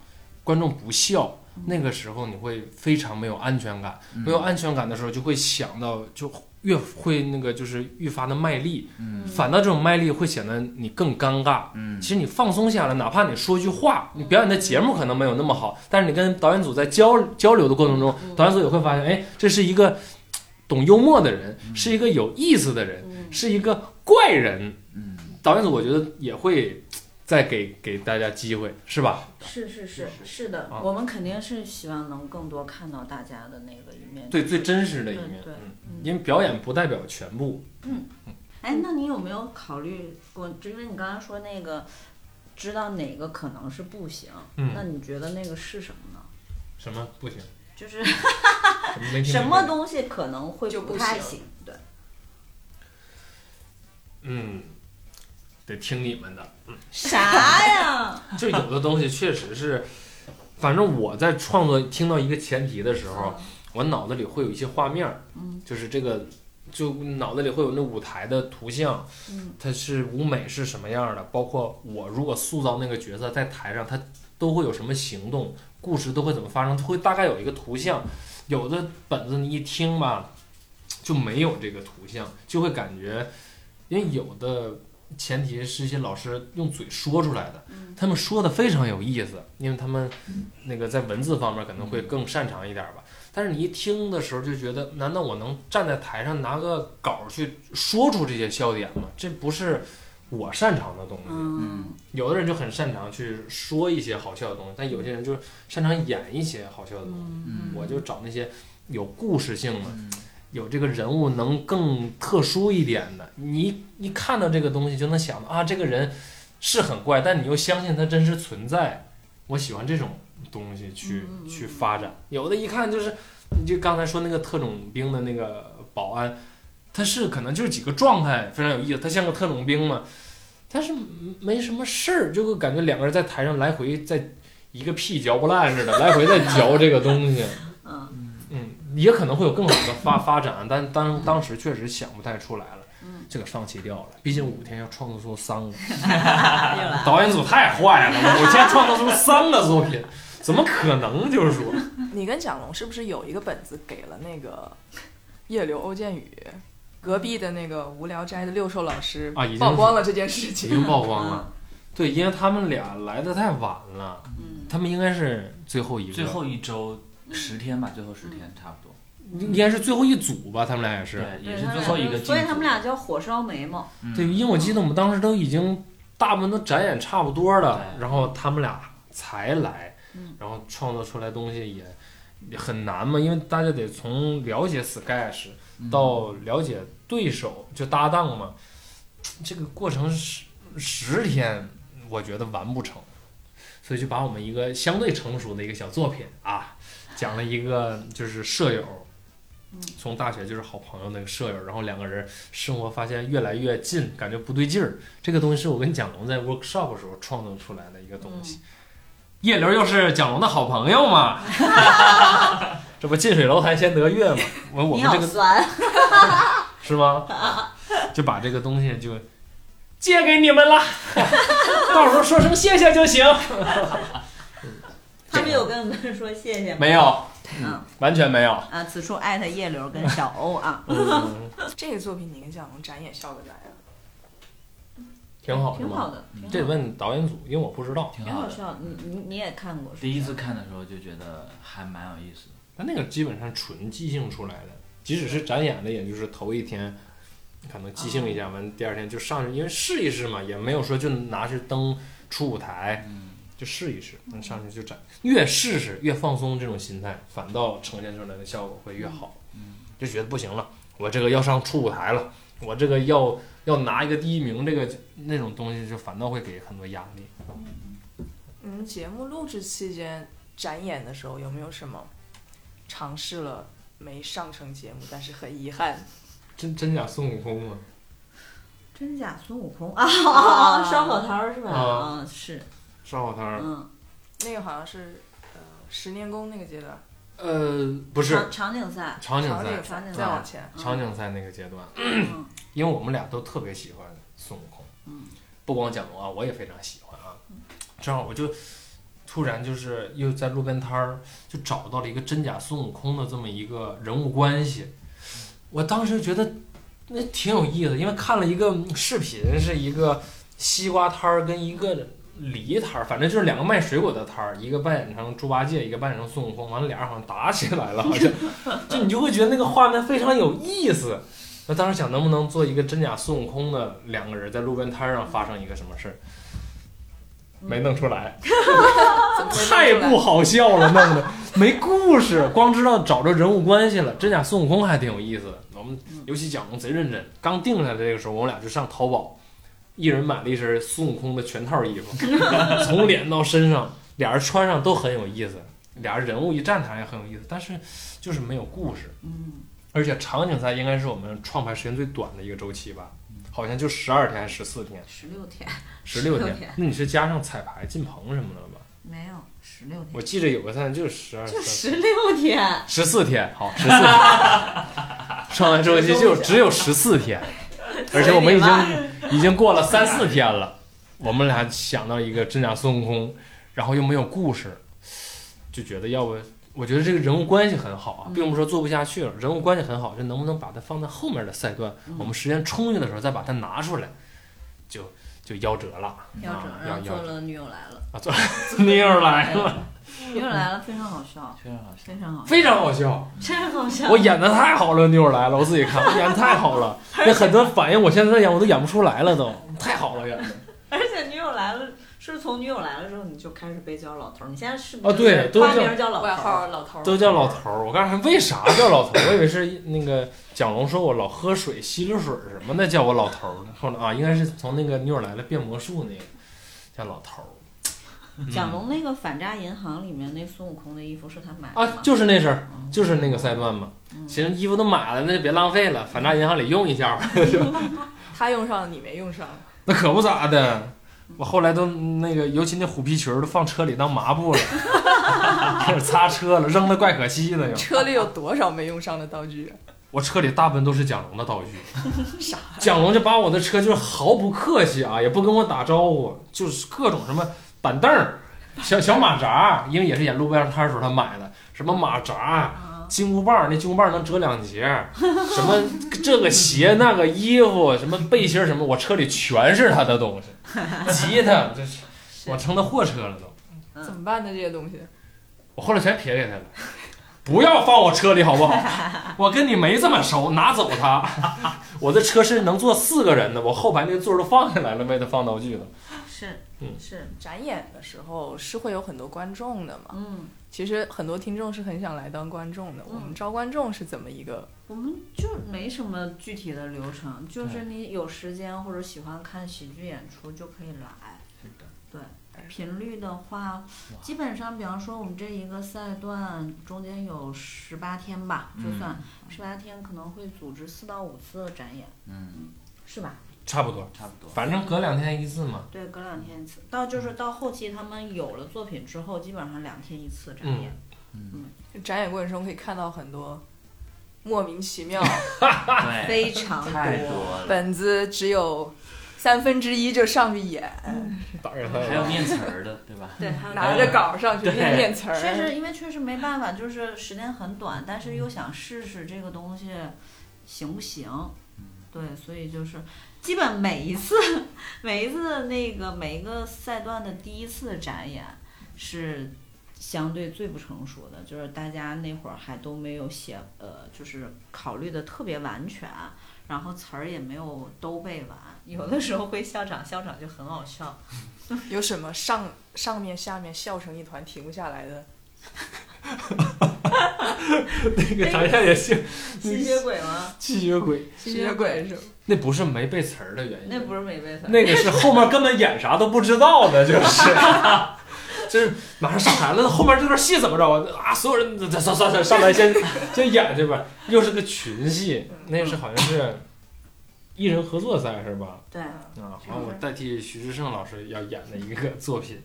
观众不笑，那个时候你会非常没有安全感，
嗯
没有安全感的时候，就会想到就越会那个就是愈发的卖力，
嗯
反倒这种卖力会显得你更尴尬。
嗯，
其实你放松下来，哪怕你说句话，你表演的节目可能没有那么好，但是你跟导演组在交交流的过程中，导演组也会发现，哎，这是一个懂幽默的人，是一个有意思的人，
嗯，
是一个怪人。
嗯，
导演组我觉得也会再给给大家机会，是吧？
是是是是的
啊，
我们肯定是希望能更多看到大家的那个一面。
对最真实的一
对
面，
对
嗯
嗯
因为表演不代表全部。
哎，
嗯
那你有没有考虑过？就因为你刚才说那个，知道哪个可能是不行，
嗯
那你觉得那个是什么呢？
什么不行？
就是
什么没听
什
明
么
白
东西可能会
就不
太
行
行，
*laughs*
对，
嗯，得听你们的。
啥呀？
就有的东西确实是，反正我在创作听到一个前提的时候，我脑子里会有一些画面儿，
嗯
就是这个，就脑子里会有那舞台的图像，
嗯
它是舞美是什么样儿的，包括我如果塑造那个角色在台上，他都会有什么行动，故事都会怎么发生，会大概有一个图像。有的本子你一听吧，就没有这个图像，就会感觉，因为有的前提是一些老师用嘴说出来的。
嗯
他们说的非常有意思，因为他们那个在文字方面可能会更擅长一点吧。但是你一听的时候就觉得，难道我能站在台上拿个稿儿去说出这些笑点吗？这不是我擅长的东西。
嗯
有的人就很擅长去说一些好笑的东西，但有些人就擅长演一些好笑的东西。
嗯，
我就找那些有故事性的，
嗯
有这个人物能更特殊一点的，你一看到这个东西就能想到啊，这个人是很怪，但你又相信他真实存在。我喜欢这种东西去
嗯嗯嗯
去发展。有的一看就是，你就刚才说那个特种兵的那个保安，他是可能就是几个状态非常有意思，他像个特种兵嘛，但是没什么事儿，就会感觉两个人在台上来回在一个屁嚼不烂似的，来回在嚼这个东西。
嗯
嗯，也可能会有更好的发发展，但当当时确实想不太出来了，
嗯，
就给放弃掉了。毕竟五天要创作出三
*laughs*
个，
又来了，
导演组太坏了，五天创作出三个作品，怎么可能？就是说，
你跟蒋龙是不是有一个本子给了那个夜流欧建宇，隔壁的那个无聊斋的六兽老师
啊已经
曝光了这件事
已
情？ *laughs*
经曝光了，嗯对，因为他们俩来的太晚了，
嗯
他们应该是最后一个，
最后一周十天吧，最后
嗯
十天差不多。
应该是最后一组吧，他们俩也是。
对，
对
也是
他们
最
俩
后一个
就
进
是
组。
所以他们俩叫火烧眉毛。
嗯
对，因为我记得我们当时都已经大部分都展演差不多了，
对
然后他们俩才来
嗯，
然后创作出来东西也也很难嘛，因为大家得从了解 sketch
嗯
到了解对手就搭档嘛，这个过程十十天我觉得完不成，所以就把我们一个相对成熟的一个小作品啊，讲了一个就是舍友
嗯。
从大学就是好朋友那个舍友，然后两个人生活发现越来越近，感觉不对劲儿。这个东西是我跟蒋龙在 workshop 的时候创作出来的一个东西。叶刘又是蒋龙的好朋友嘛，这不近水楼台先得月嘛。我我
你
们
好
这个
酸，
是
*laughs*
吗？就把这个东西就借给你们
*laughs*
了，到时候说声谢谢就行。
他们有跟我们说谢谢吗？
没有，
嗯
完全没有。
啊，此处艾特叶刘跟小欧啊，
嗯，
这个作品你跟蒋龙展演效果咋样？
挺 *laughs* 好，是
挺好
吗？
的，
这
挺
得
好的，
问导演组，因为我不知道。
挺
挺
好
好
的。
笑的。你你你也看过是吧？
第一次看的时候就觉得还蛮有意思的。
但那个基本上纯即兴出来的，即使是展演的，也就是头一天可能即兴一下，完第二天就上去，因为试一试嘛，也没有说就拿去登出舞台，
嗯，
就试一试，那上去就展，越试试越放松，这种心态反倒呈现出来的效果会越好。
嗯，
就觉得不行了，我这个要上出舞台了，我这个要要拿一个第一名，这个那种东西就反倒会给很多压力。
你们嗯节目录制期间展演的时候有没有什么尝试了没上成节目，但是很遗憾？
真真假孙悟空吗？
真假孙悟空啊啊，啊烧烤摊儿是吧？
啊
啊，是，
烧烤摊儿，
嗯，
那个好像是呃十年功那个阶段，
呃，不是
场场景赛，
场景嗯
场
赛
景，
场景
再
赛
往前，
场景赛那个阶段，
嗯
因为我们俩都特别喜欢孙悟空，
嗯
不光蒋龙啊，我也非常喜欢啊。正好我就突然就是又在路边摊儿就找到了一个真假孙悟空的这么一个人物关系，我当时觉得那挺有意思，因为看了一个视频，是一个西瓜摊儿跟一个梨摊儿，反正就是两个卖水果的摊儿，一个扮演成猪八戒，一个扮演成孙悟空，完了俩人好像打起来了，好像就你就会觉得那个画面非常有意思。那当时想能不能做一个真假孙悟空的两个人在路边摊儿上发生一个什么事儿，没弄出来。
怎么会
太
嗯弄出来
不好笑了，弄的没故事，光知道找着人物关系了。真假孙悟空还挺有意思的，我们
嗯
尤其蒋龙贼认真。刚定下来这个时候，我们俩就上淘宝，一人买了一身孙悟空的全套衣服， *laughs* 从脸到身上，俩人穿上都很有意思，俩人人物一站台也很有意思，但是就是没有故事。
嗯，
而且场景赛应该是我们创排时间最短的一个周期吧，好像就十二天还是十四天，
十六天
十六
16
天
天。
那你是加上彩排、进棚什么的吧？
没有十六
我啊
*laughs* 天，
记着有个赛就是十二，
就十六天，
十四天，好，十四天，上完周期就只有十四 *laughs* 天，而且我们已经已经过了三四天了，我们俩想到一个真假孙悟空，然后又没有故事，就觉得要不，我觉得这个人物关系很好啊，并不是说做不下去了，人物关系很好，就能不能把它放在后面的赛段，我们时间充裕的时候再把它拿出来，就就夭折了，
要整
啊，
然后
要
做
要
了女友来了，
啊，
哎
做妞来了，
女友来了非常好笑，
非常好笑
非。常
*laughs*
好，
非常好笑。
真好笑
*laughs* 我。演的太好了，妞儿来了，我自己看，我演的太好
*laughs*
了，那很多反应我现在演我都演不出来了都，太好了演的。
而且女友来了，是从女友来了之后，你就开始被叫老头儿。你现在是
啊对都
花
叫
名叫老
外
头
号
儿。
老头儿
都叫老头儿，我告诉你为啥叫老头儿，我以为是那个蒋龙说我老喝水、吸溜水儿什么的叫我老头儿呢，后来啊应该是从那个妞儿来了变魔术那个叫老头儿。嗯
蒋龙那个反诈银行里面那孙悟空的衣服是他买的
啊
吗，？
就是那事儿，
嗯
就是那个赛段嘛。
嗯
寻思衣服都买了，那就别浪费了，反正银行里用一下吧。
他用上了你没用上，
*laughs* 那可不咋的，我后来都那个，尤其那虎皮裙儿都放车里当抹布了， *laughs* 开始擦车了，扔的怪可惜的又。
车里有多少没用上的道具？
我车里大部分都是蒋龙的道具， *laughs* 蒋龙就把我的车就是毫不客气啊，也不跟我打招呼，就是各种什么板凳儿、小小马扎儿，因为也是演路边摊儿时候他买的，什么马扎儿、
啊
金箍棒，那金箍棒能折两节，什 *laughs* 么这个鞋那个衣服，什么背心儿什么，我车里全是他的东西，吉他，这是我成他货车了都。
嗯
怎么办呢？这些东西，
我后来全撇给他了，不要放我车里好不好？ *laughs* 我跟你没这么熟，拿走它。 *laughs* 我的车是能坐四个人的，我后排那个座儿都放下来了，为他放道具的。
是
嗯
是，
展演的时候是会有很多观众的嘛？
嗯，
其实很多听众是很想来当观众的。
嗯
我们招观众是怎么一个？
我们就没什么具体的流程，就是你有时间或者喜欢看喜剧演出就可以来。频率的话，基本上，比方说我们这一个赛段中间有十八天吧，就
嗯
算十八天可能会组织四到五次展演，
嗯，
是吧？
差不多，
差不多。
反正隔两天一次嘛。
对，隔两天一次。到
嗯
就是到后期他们有了作品之后，基本上两天一次展
嗯
演。嗯
展演过程中可以看到很多莫名其 *laughs* 妙，
对，
非常
太多了。
本子只有三分之一就上去演，
当然
还有念词儿的，对吧？
对，还有
嗯
拿着稿上去
对
念念词儿。
确实，因为确实没办法，就是时间很短，但是又想试试这个东西行不行
嗯？
对，所以就是基本每一次每一次那个每一个赛段的第一次展演是相对最不成熟的，就是大家那会儿还都没有写，呃，就是考虑的特别完全。然后词儿也没有都背完，有的时候会校长，校长就很好笑。
有什么上上面下面笑成一团停不下来的？
那个咱下也行，
吸血鬼吗？
吸血鬼
吸血鬼是吗？
那不是没背词儿的原因，
那不是没背词儿。
那个是后面根本演啥都不知道的，就是，就是马上上台了，后面这段戏怎么着啊？所有人走走走走上来先先演去吧，又是个群戏，那是好像是艺人合作赛是吧？
对，
嗯
啊，好像我代替徐志胜老师要演的一个作品，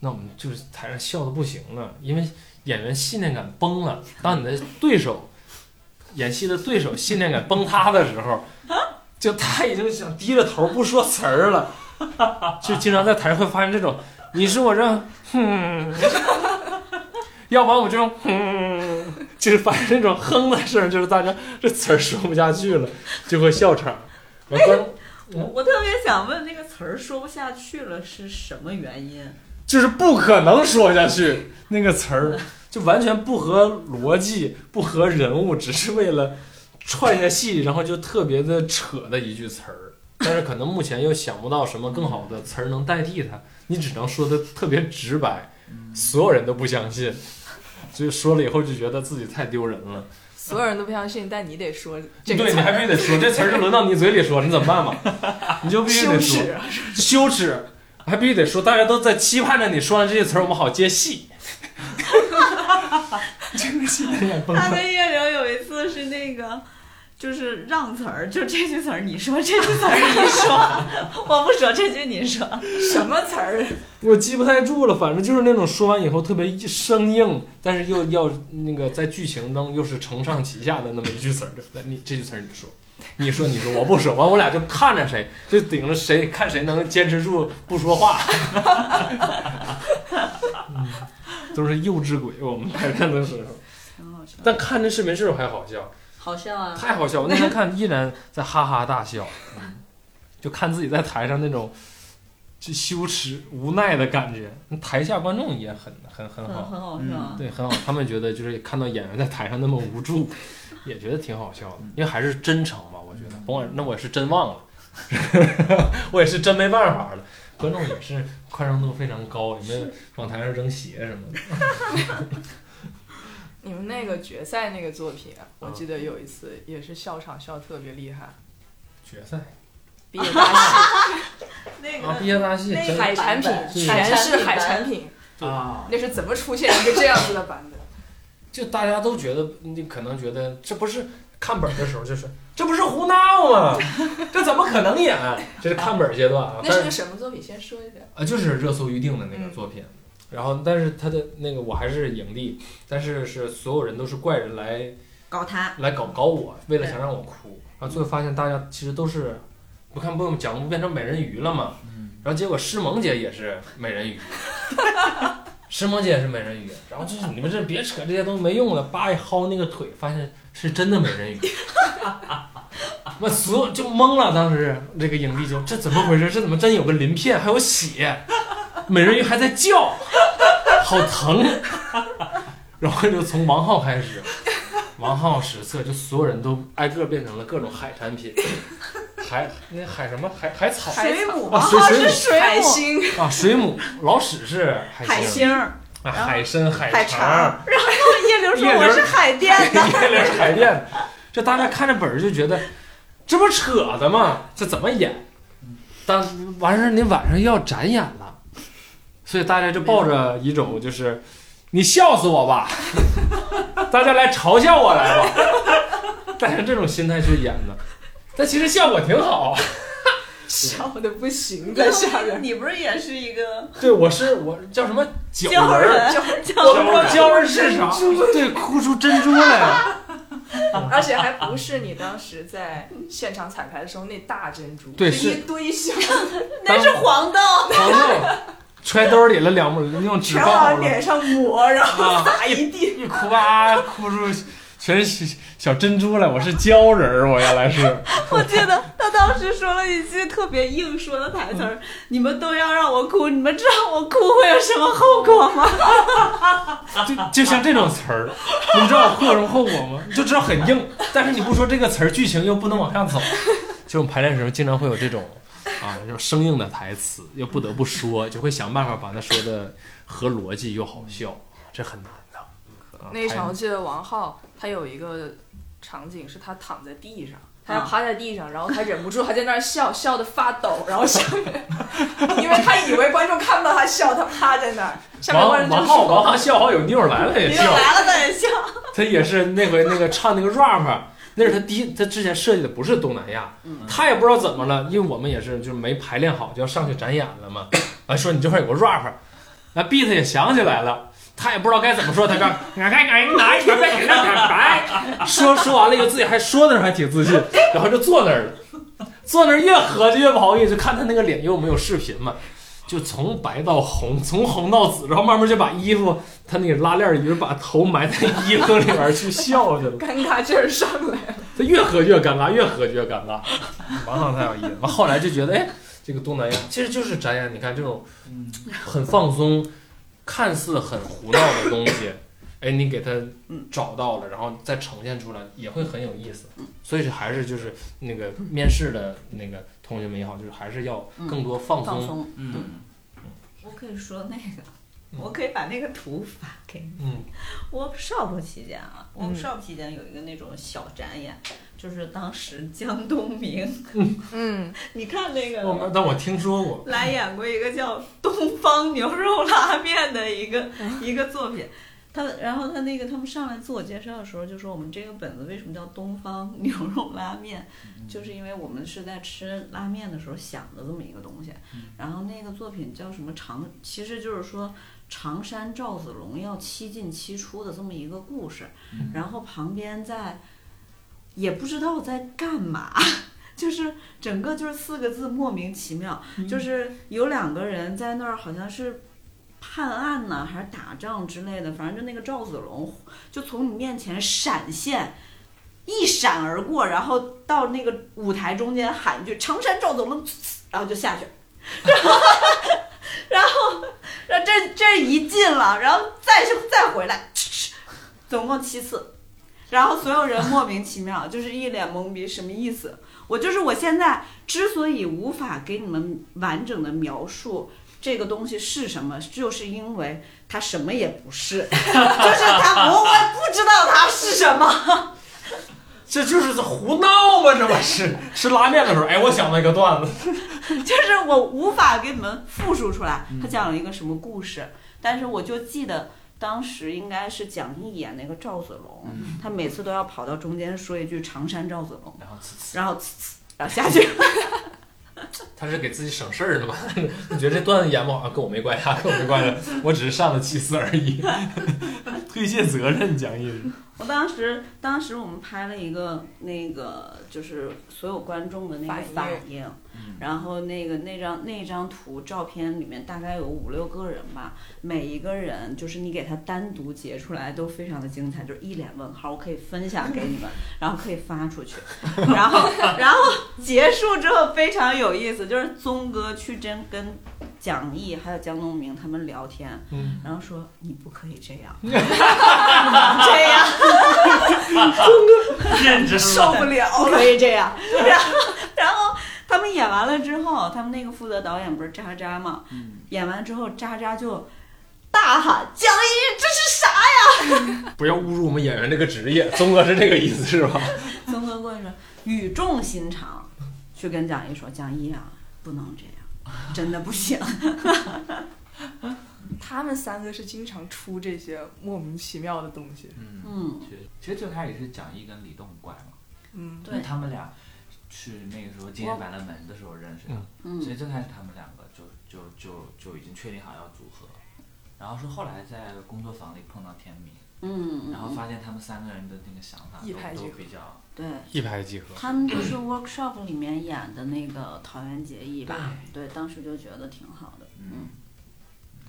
那我们就是台上笑的不行了，因为演员信念感崩了。当你的对手演戏的对手信念感崩塌的时候，就他已经想低着头不说词儿了，就经常在台上会发现这种，你是我这样，哼，要不然我这种，哼，就是发生这种哼的声儿，就是大家这词儿说不下去了，就会笑场。我观
我
嗯
我特别想问，那个词儿说不下去了是什么原因？
就是不可能说下去那个词儿，就完全不合逻辑，不合人物，只是为了串一下戏，然后就特别的扯的一句词儿。但是可能目前又想不到什么更好的词儿能代替它，你只能说的特别直白，所有人都不相信，所以说了以后就觉得自己太丢人了。
所有人都不相信，但你得说这个
对
词
你还
儿
必须得说，这词儿就轮到你嘴里说，你怎么办吧？你就必须
羞
得说。
耻。啊
*laughs* 羞耻，还必须得说，大家都在期盼着你说完这些词儿，我们好接戏。 *laughs* 这个戏有点崩
他
溃。
跟叶玲有一次是那个，就是让词儿，就这句词儿你说，这句词儿你说， *laughs* 我不说这句你说，
什么词儿？
我记不太住了，反正就是那种说完以后特别生硬，但是又要那个在剧情中又是承上启下的那么一句词儿。那你这句词儿你说，你说你说，我不说，完我俩就看着谁，就顶着谁看谁能坚持住不说话。 *laughs* 嗯、都是幼稚鬼，我们排练的时候。
很好笑，
但看这视频是不是还好笑？
好笑啊！
太好笑！我那天看依然在哈哈大笑，就看自己在台上那种就羞耻无奈的感觉。台下观众也很很很
很
好，
很好笑啊！
对，很好。他们觉得就是看到演员在台上那么无助，也觉得挺好笑的，因为还是真诚嘛。我觉得，甭管那我是真忘了， *laughs* 我也是真没办法了。观众也是宽容度非常高，也没有往台上扔鞋什么的。
你们那个决赛那个作品，我
嗯
记得有一次也是笑场笑特别厉 *laughs* 害，
决赛
毕业大戏，
那
啊，毕业大戏
那
真
个
海产品
是
全是海产品，
啊，
那是怎么出现一个这样子的版本？
就大家都觉得，你可能觉得这不是看本儿的时候，就是这不是胡闹 *laughs* 吗？这怎么可能演？这是看本儿阶段啊。
那
但
是个
是
什么作品？先说一下。
啊，就是热搜预定的那个作品。然后，但是他的那个我还是影帝，但是是所有人都是怪人来
搞他，
来搞搞我，为了想让我哭。然后最后发现大家其实都是，不看不讲不变成美人鱼了嘛。
嗯
然后结果诗萌姐也是美人鱼，石萌姐也是美人鱼，然后就是你们这别扯这些东西没用的，叭一薅那个腿，发现是真的美人鱼， *laughs* 我所有就懵了，当时这个影帝就这怎么回事？这怎么真有个鳞片，还有血，美人鱼还在叫，好疼，然后就从王浩开始，王浩史册就所有人都挨个变成了各种海产品，海那海什么海海草
水母，
啊
王
水
浩
水母
是水
海
母，
星，
啊水母，老史是海
海
星，
星儿，
啊
然后
海参海
海
肠。 *laughs*
肠。然后叶刘说
叶刘
我是海淀的，
夜里是海淀的，这大家看着本儿就觉得，这不扯的吗？这怎么演？当完事儿，你晚上要展演了，所以大家就抱着一种就是，你笑死我吧， *laughs* 大家来嘲笑我来吧，带着这种心态去演的，但其实效果挺好。
*laughs*
啊
笑的不行，在下边。
你不是也是一个
对，我是我叫什么角人
鲛
儿，
人？
我
鲛
不知道鲛人是啥， *laughs* 对，哭出珍珠来了。
而且还不是你当时在现场彩排的时候那大珍珠，
对
是
是
一堆小，
那是黄豆，
黄豆揣兜里了两用纸
*laughs* 全
包好
往
了
脸上抹，然后
啊。
撒一地。
一哭哇，哭出全是小珍珠来。我是鲛人儿，我原来是。
我记得他当时说了一句特别硬说的台词儿：“你们都要让我哭，你们知道我哭会有什么后果吗
就就像这种词儿，你知道我会有什么后果吗？你就知道很硬，但是你不说这个词儿，剧情又不能往下走。就我们排练的时候，经常会有这种啊，这种生硬的台词，又不得不说，就会想办法把它说的合逻辑又好笑，这很难的。啊
那一场我
排
记得王浩他有一个场景是他躺在地上。他
啊
趴在地上，然后他忍不住，还在那儿笑，笑的发抖，然后下面，因为他以为观众看不到他笑，他趴在那儿，下面观
王
众就
王
说
浩，王浩笑好有妞儿来了？”也
你
笑
们。来了再笑。
他也是那回那个唱那个 rap，那是他第一，他之前设计的不是东南亚，他也不知道怎么了，因为我们也是就是没排练好就要上去展演了嘛，啊说你这块有个 rap，那 beat 也想起来了。他也不知道该怎么说，他刚俺该俺哪哎一边白，说说完了以后自己还说的时候还挺自信，然后就坐那儿了，坐那儿越合计越不好意思，看他那个脸，因为我们有视频嘛，就从白到红，从红到紫，然后慢慢就把衣服他那个拉链儿一直把头埋在衣服里边儿去笑去了，
尴尬劲儿上来了，
他越喝越尴尬，越喝越尴尬。王浩太有意思，完后来就觉得，哎，这个东南亚其实就是展演，你看这种
嗯
嗯
很放松、看似很胡闹的东西，哎，你给它找到了，然后再呈现出来，也会很有意思。所以还是就是那个面试的那个同学们也好，就是还是要更多嗯放松。
松，
嗯，
我可以说那个，
嗯
我可以把那个图发给你。
嗯
workshop 期间啊
嗯
，workshop 期间有一个那种小展演，就是当时江东明，
嗯，
你看那
我们
个。
但我听说过，
来演过一个叫《东方牛肉拉面》的一个
啊
一个作品，他然后他那个他们上来自我介绍的时候就说我们这个本子为什么叫《东方牛肉拉面》，
嗯
就是因为我们是在吃拉面的时候想的这么一个东西。然后那个作品叫什么长，其实就是说常山赵子龙要七进七出的这么一个故事，然后旁边在也不知道在干嘛。 *laughs* 就是整个就是四个字莫名其妙，就是有两个人在那儿好像是判案呢、还是打仗之类的，反正就那个赵子龙就从你面前闪现，一闪而过，然后到那个舞台中间喊一句“常山赵子龙”，然后就下去， *laughs* 然后然后然后这这一进了，然后再再回来，总共七次。然后所有人莫名其妙，就是一脸懵逼，什么意思？我就是我现在之所以无法给你们完整的描述这个东西是什么，就是因为它什么也不是， *laughs* 就是它我我也不知道它是什么。
这就是胡闹吗？这不是吃拉面的时候，哎，我想到一个段子。
*laughs* 就是我无法给你们复述出来，他讲了一个什么故事，但是我就记得当时应该是蒋毅演那个赵子龙，
嗯
他每次都要跑到中间说一句“常山赵子龙
然后呲”，
*laughs*
然后呲呲然后下去，
他是给自己省事儿的 *laughs* 嘛？你觉得这段子演不好，啊跟我没关系啊，跟我没关系，我只是上了气死而已。 *laughs* 推卸责任讲义是
我当时当时我们拍了一个那个就是所有观众的那个
反
反
应
应，
嗯
然后那个那张那张图照片里面大概有五六个人吧，每一个人就是你给他单独截出来都非常的精彩，就是一脸问号，我可以分享给你们，然后可以发出去，然后然后结束之后非常有意思，就是宗哥去真跟蒋毅还有江东明他们聊天，
嗯
然后说你不可以这样，这样
认真了。
受不了
不
了。
可以这样，然后 *laughs* 然后他们演完了之后，他们那个负责导演不是渣渣嘛，
嗯，
演完之后，渣渣就大喊：“蒋毅，这是啥
不要侮辱我们演员这个职业，宗哥是这个意思是吧？？”
曾哥过去说，语重心长去跟蒋毅说：“蒋毅啊，不能这
*laughs*
样，真的不行。
他们三个是经常出这些莫名其妙的东西。
嗯”，
嗯，
确实其实最开始是蒋毅跟李栋怪嘛，
嗯，
对，
他们俩是那个时候《今夜百乐门》的时候认识的，所以
嗯，
最开始他们两个就就就就已经确定好要组合，然后是后来在工作坊里碰到天明，
嗯，嗯
然后发现他们三个人的那个想法
一拍
都
即
都
合
比较，
对，
*laughs* 一拍即合。
他们就是 workshop 里面演的那个桃园结义吧？对，当时就觉得挺好的。
嗯，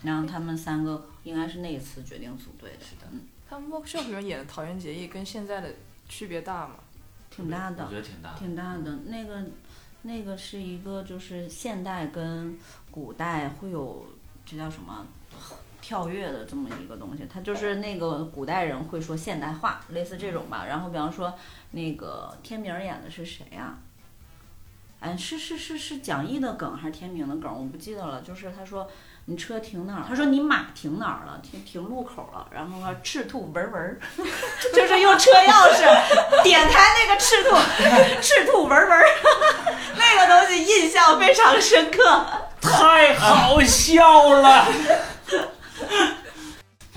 然后他们三个应该是那一次决定组队的，
是的
嗯，
他们 workshop 里面演的桃园结义跟现在的区别大吗？
挺大的
我觉。得挺大的，
挺大的。那个那个是一个就是现代跟古代会有这叫什么跳跃的这么一个东西，它就是那个古代人会说现代化，类似这种吧。然后比方说那个天明演的是谁呀、哎，是是是是蒋毅的梗还是天明的梗？我不记得了。就是他说你车停哪儿？他说你马停哪儿了？停停路口了。然后说赤兔文文， *laughs* 就是用车钥匙点开那个赤兔，赤兔文 *laughs* 文，那个东西印象非常深刻。
太好笑了。 *laughs*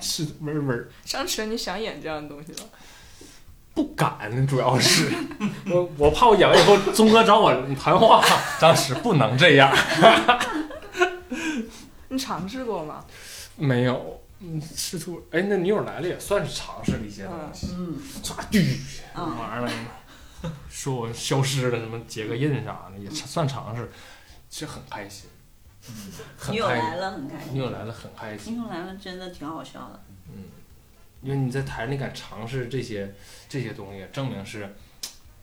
是的，文文儿
张弛，你想演这样的东西吗？
不敢，主要是 *laughs* 我我怕我演完以后，宗哥找我谈 *laughs* 话，当时不能这样。
你尝试过吗？
没有，嗯，试图哎，那女友来了也算是尝试了一些东西，
嗯
抓剧那
嗯
玩意儿了，说我消失了，什么结个印啥的，也算尝试，其实很开心，很
女友
开
来
心。
了，很开
女
心。
友来了很开心，
女友来了真的挺好笑的。
嗯，因为你在台上你敢尝试这些这些东西，证明是，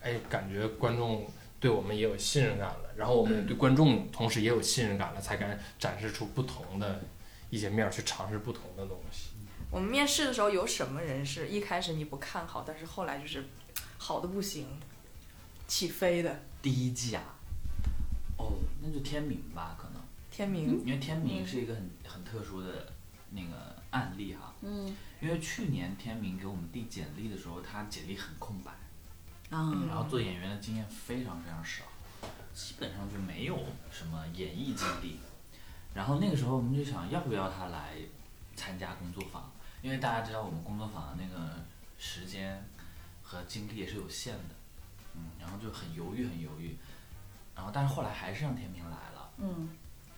哎，感觉观众对我们也有信任感了，然后我
嗯
们也对观众同时也有信任感了，才敢展示出不同的一些面儿去尝试不同的东西。
我们面试的时候有什么人是一开始你不看好，但是后来就是好的不行，起飞的？
第一季啊，哦，那就天明吧，可能。
天明，
因为天
嗯
明是一个很很特殊的那个案例哈，
嗯
因为去年天明给我们递简历的时候，他简历很空白，
啊
嗯
然后做演员的经验非常非常少，基本上就没有什么演艺经历。然后那个时候我们就想要不要他来参加工作坊，因为大家知道我们工作坊的那个时间和精力也是有限的，嗯，然后就很犹豫很犹豫，然后但是后来还是让天明来了。
嗯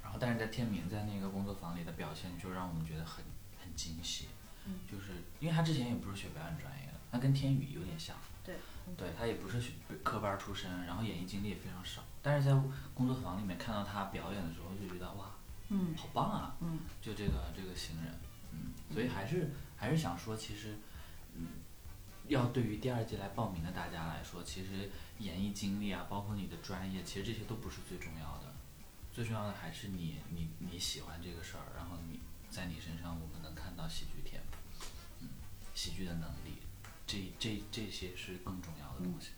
然后，但是在天明在那个工作坊里的表现，就让我们觉得很很惊喜，
嗯
就是因为他之前也不是学表演专业的，他跟天宇有点像，
对，
对他也不是学科班出身，然后演艺经历也非常少，但是在工作坊里面看到他表演的时候，就觉得哇，
嗯
好棒啊，
嗯，
就这个这个行人，嗯，所以还是还是想说，其实，嗯，要对于第二季来报名的大家来说，其实演艺经历啊，包括你的专业，其实这些都不是最重要的，最重要的还是你你你喜欢这个事儿，然后你在你身上我们能看到喜剧天赋，嗯，喜剧的能力，这这这些是更重要的东西。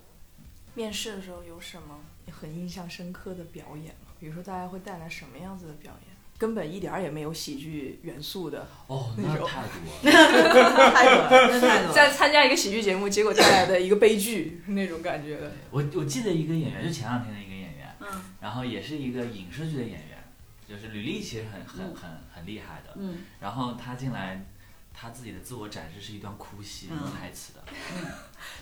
面试的时候有什么很印象深刻的表演吗？比如说大家会带来什么样子的表演？根本一点儿也没有喜剧元素的，
哦，
那
那
时候
太多了，
*laughs* 太多了，真太多了。
在参加一个喜剧节目，结果带来的一个悲剧那种感觉的。
我我记得一个演员，就前两天的一个演员。
嗯
然后也是一个影视剧的演员，就是履历其实很很很很厉害的。
嗯
然后他进来，他自己的自我展示是一段哭戏，
嗯
无台词的，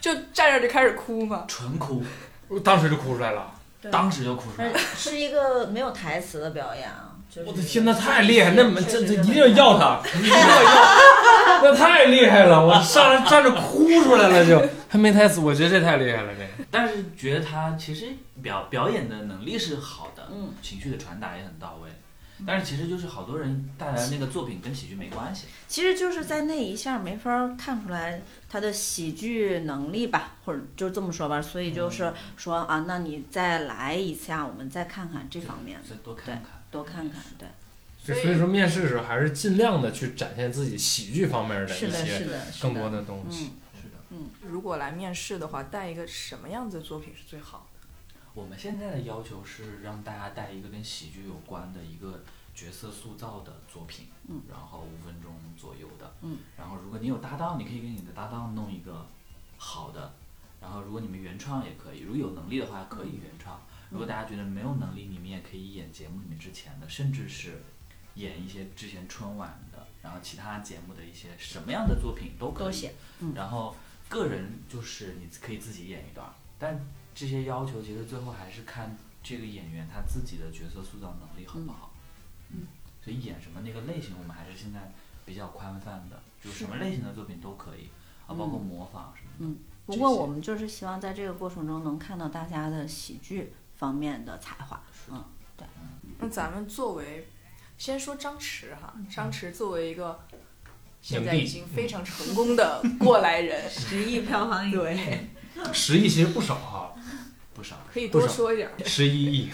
就站这儿就开始哭嘛。
纯哭，
我当时就哭出来了，
对
当时就哭出来了。
是一个没有台词的表演啊。就是
我的天，那太厉害，那么
确
这
实
这
是 *laughs*
一定要要他，一定要要，那太厉害了，我上来站着哭出来了就，还没台词，我觉得这太厉害了，这个
但是觉得他其实表表演的能力是好的，
嗯，
情绪的传达也很到位。但是其实就是好多人带来的那个作品跟喜剧没关系，
其实就是在那一下没法儿看出来他的喜剧能力吧，或者就这么说吧。所以
嗯
就是说啊，那你再来一下，我们再看看这方面，
再多看看。
多看看。对，
就所以说面试的时候还是尽量的去展现自己喜剧方面的
是
一
的，
些
是的，是
更多
的。
的东西。
是的，
如果来面试的话，带一个什么样子的作品是最好的？
我们现在的要求是让大家带一个跟喜剧有关的一个角色塑造的作品，
嗯，
然后五分钟左右的，
嗯，
然后如果你有搭档，你可以跟你的搭档弄一个好的，然后如果你们原创也可以，如果有能力的话可以原
嗯
创，如果大家觉得没有能力，你们也可以演节目里面之前的，甚至是演一些之前春晚的，然后其他节目的一些什么样的作品都可
都
以，
写嗯
然后个人就是你可以自己演一段儿，但这些要求其实最后还是看这个演员他自己的角色塑造能力好不好。
嗯，
所以演什么那个类型，我们还是现在比较宽泛的，就是什么类型的作品都可以啊，包
嗯
括模仿什么的。
不
这
过
些
我们就是希望在这个过程中能看到大家的喜剧方面的才华。
是的
嗯，
那咱们作为，先说张弛哈，张弛作为一个现在
影帝嗯
已经非常成功的过来人， *laughs*
十亿票房
对，
嗯
十亿其实不少哈、
不少。
可以
不
多
少
说一点儿。
十一亿。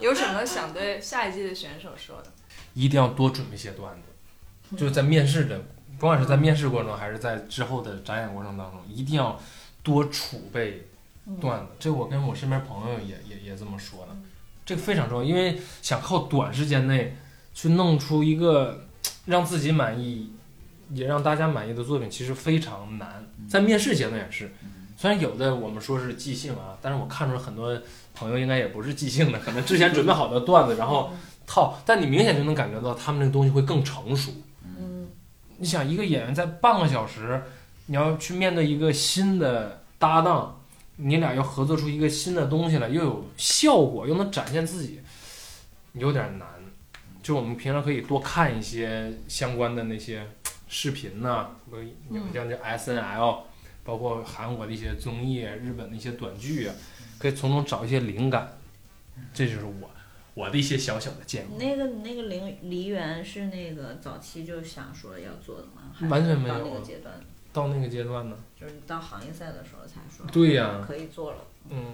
有什么想对下一季的选手说的？
一定要多准备一些段子，就是在面试的，不管是在面试过程中，还是在之后的展演过程当中，一定要多储备段子。这我跟我身边朋友也也也这么说的，这个非常重要，因为想靠短时间内去弄出一个让自己满意，也让大家满意的作品，其实非常难。在面试阶段也是，
嗯，
虽然有的我们说是即兴啊，但是我看出来很多朋友应该也不是即兴的，可能之前准备好的段子，然后套，但你明显就能感觉到他们那个东西会更成熟。
嗯，
你想，一个演员在半个小时，你要去面对一个新的搭档，你俩要合作出一个新的东西来，又有效果，又能展现自己，有点难。就我们平常可以多看一些相关的那些视频呐、我有像这 S N L，包括韩国的一些综艺、日本的一些短剧啊，可以从中找一些灵感。这就是我我的一些小小的建议。
那个那个梨梨园是那个早期就想说要做的吗？还是
完全没
到
有
那
啊
个阶段，
到那个阶段呢？
就是到行业赛的时候才说
对呀、
可以做 *laughs* 了。
嗯，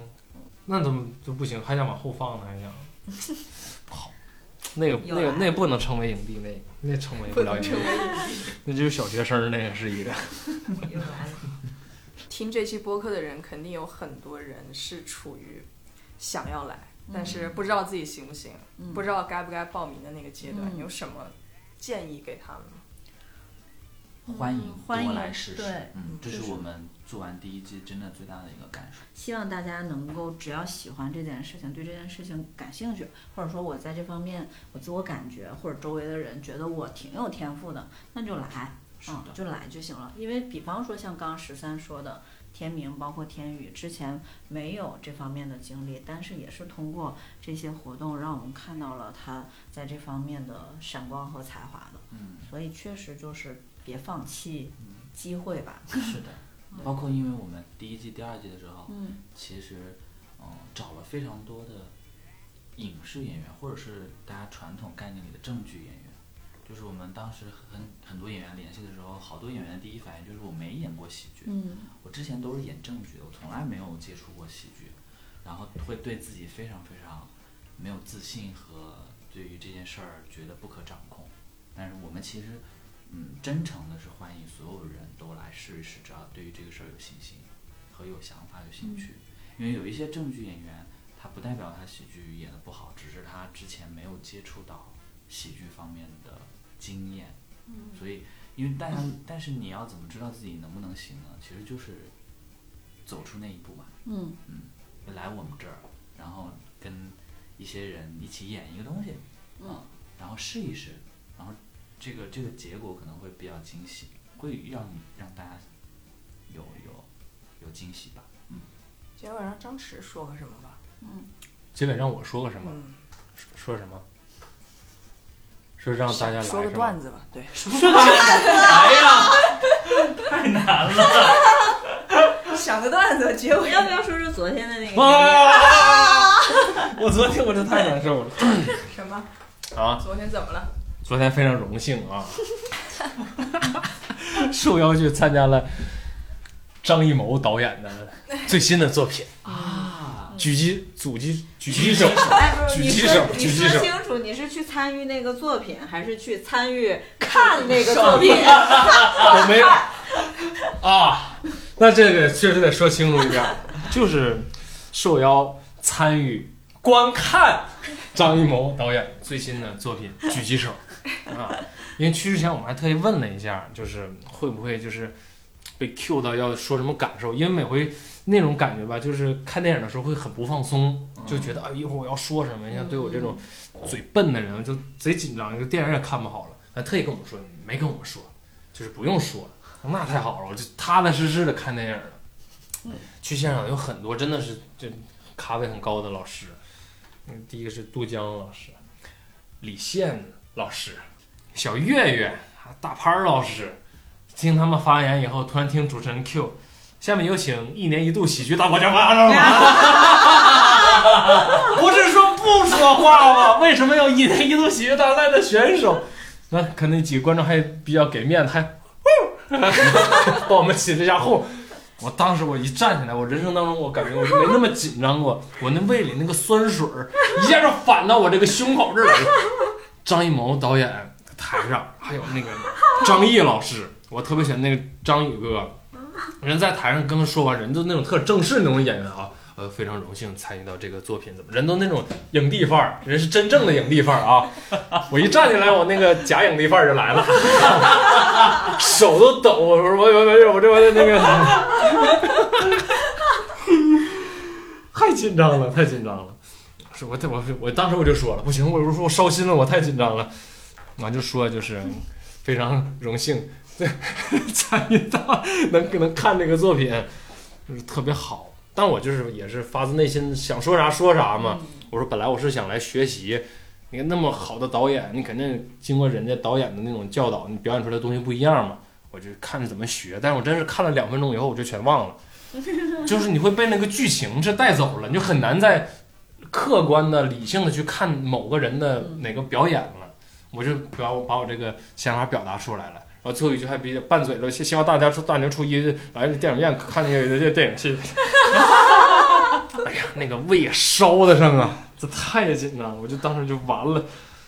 那怎么就不行？还想往后放呢？还想不好，那个
有
那
啊
个那不能成为影帝，那个那成为不了影帝，那就是小学生儿，那个是一个。
又来了，
听这期播客的人，肯定有很多人是处于想要来，但是不知道自己行不行，
嗯
不知道该不该报名的那个阶段，
嗯
有什么建议给他们吗？
欢迎
嗯欢
多
迎
来试试
对，
嗯，这
就是是
我们做完第一季真的最大的一个感受。
希望大家能够只要喜欢这件事情，对这件事情感兴趣，或者说我在这方面我自我感觉，或者周围的人觉得我挺有天赋的，那就来，
是
嗯
的，，
就来就行了。因为比方说像刚刚十三说的，天明包括天宇之前没有这方面的经历，但是也是通过这些活动让我们看到了他在这方面的闪光和才华的，
嗯，
所以确实就是别放弃机会吧。
是的。包括因为我们第一季、第二季的时候，
嗯
其实，嗯、找了非常多的影视演员，或者是大家传统概念里的正剧演员。就是我们当时很很多演员联系的时候，好多演员的第一反应就是我没演过喜剧，
嗯
我之前都是演正剧的，我从来没有接触过喜剧，然后会对自己非常非常没有自信和对于这件事儿觉得不可掌控。但是我们其实，嗯，真诚的是欢迎所有人都来试一试，只要对于这个事儿有信心和有想法、有兴趣。因为有一些正剧演员，他不代表他喜剧演的不好，只是他之前没有接触到喜剧方面的经验，所以因为但但是你要怎么知道自己能不能行呢？其实就是走出那一步嘛，
嗯，
来我们这儿，然后跟一些人一起演一个东西，
嗯，
然后试一试，然后这个这个结果可能会比较惊喜，会让你让大家有有有惊喜吧。
结尾让张弛说个什么吧。
结尾让我说个什么？
嗯，
说说什么？说让大家来
说个
是吧
段子吧，对，说
哎呀，太难了。 *laughs*
想个段子，结 *laughs* 尾
要不要说说昨天的那
哎
个？
啊！ *laughs* 我昨天我这太难受了
什么？
啊！
昨天怎么了？
昨天非常荣幸啊，受邀去参加了张艺谋导演的最新的作品啊，狙击阻击狙击手，
哎，不是，
举
你
起
说
手
你
举起
说
手
清楚，你是去参与那个作品，还是去参与看那个作品？
我没啊，那这个确实得说清楚一点，就是受邀参与观看张艺谋导演最新的作品《狙击手》啊，因为去之前我们还特意问了一下，就是会不会就是被 Q 到要说什么感受，因为每回那种感觉吧，就是看电影的时候会很不放松，就觉得啊一会儿我要说什么，像对我这种嘴笨的人就贼紧张，就电影也看不好了，还特意跟我们说没跟我们说，就是不用说了。 *laughs* 那太好了，我就踏踏实实的看电影了。去现场有很多真的是这咖位很高的老师，嗯，第一个是杜江老师，李现老师，小岳岳，啊大潘儿老师。听他们发言以后，突然听主持人 Q，下面有请一年一度喜剧大国家发生了。不是说不说话吗？为什么要一年一度喜剧大赛的选手？那可能几个观众还比较给面子，还帮我们起了一下哄。我当时我一站起来，我人生当中我感觉我就没那么紧张过，我那胃里那个酸水儿一下就反到我这个胸口这儿来了。张艺谋导演台上，还有那个张译老师，我特别喜欢那个张宇哥，人在台上跟他说完，人都那种特正式那种演员啊，呃，非常荣幸参与到这个作品，怎么人都那种影帝范儿，人是真正的影帝范儿啊！ *laughs* 我一站起来，我那个假影帝范儿就来了。手都抖，我说我我我我这我这那个，太紧张了，太紧张了。是我我我当时我就说了，不行，我我说我烧心了，我太紧张了。完就说就是非常荣幸参与到能能看这个作品，就是特别好。但我就是也是发自内心想说啥说啥嘛。我说本来我是想来学习，你看那么好的导演，你肯定经过人家导演的那种教导，你表演出来的东西不一样嘛。我就看着怎么学，但是我真是看了两分钟以后，我就全忘了，就是你会被那个剧情是带走了，你就很难再客观的、理性的去看某个人的哪个表演了。我就把我把我这个想法表达出来了，然后最后一句还比较拌嘴了，希希望大家说大年初一来电影院看这个这电影，谢谢。 *laughs* 哎呀，那个胃也烧得上啊，这太紧张了，我就当时就完了。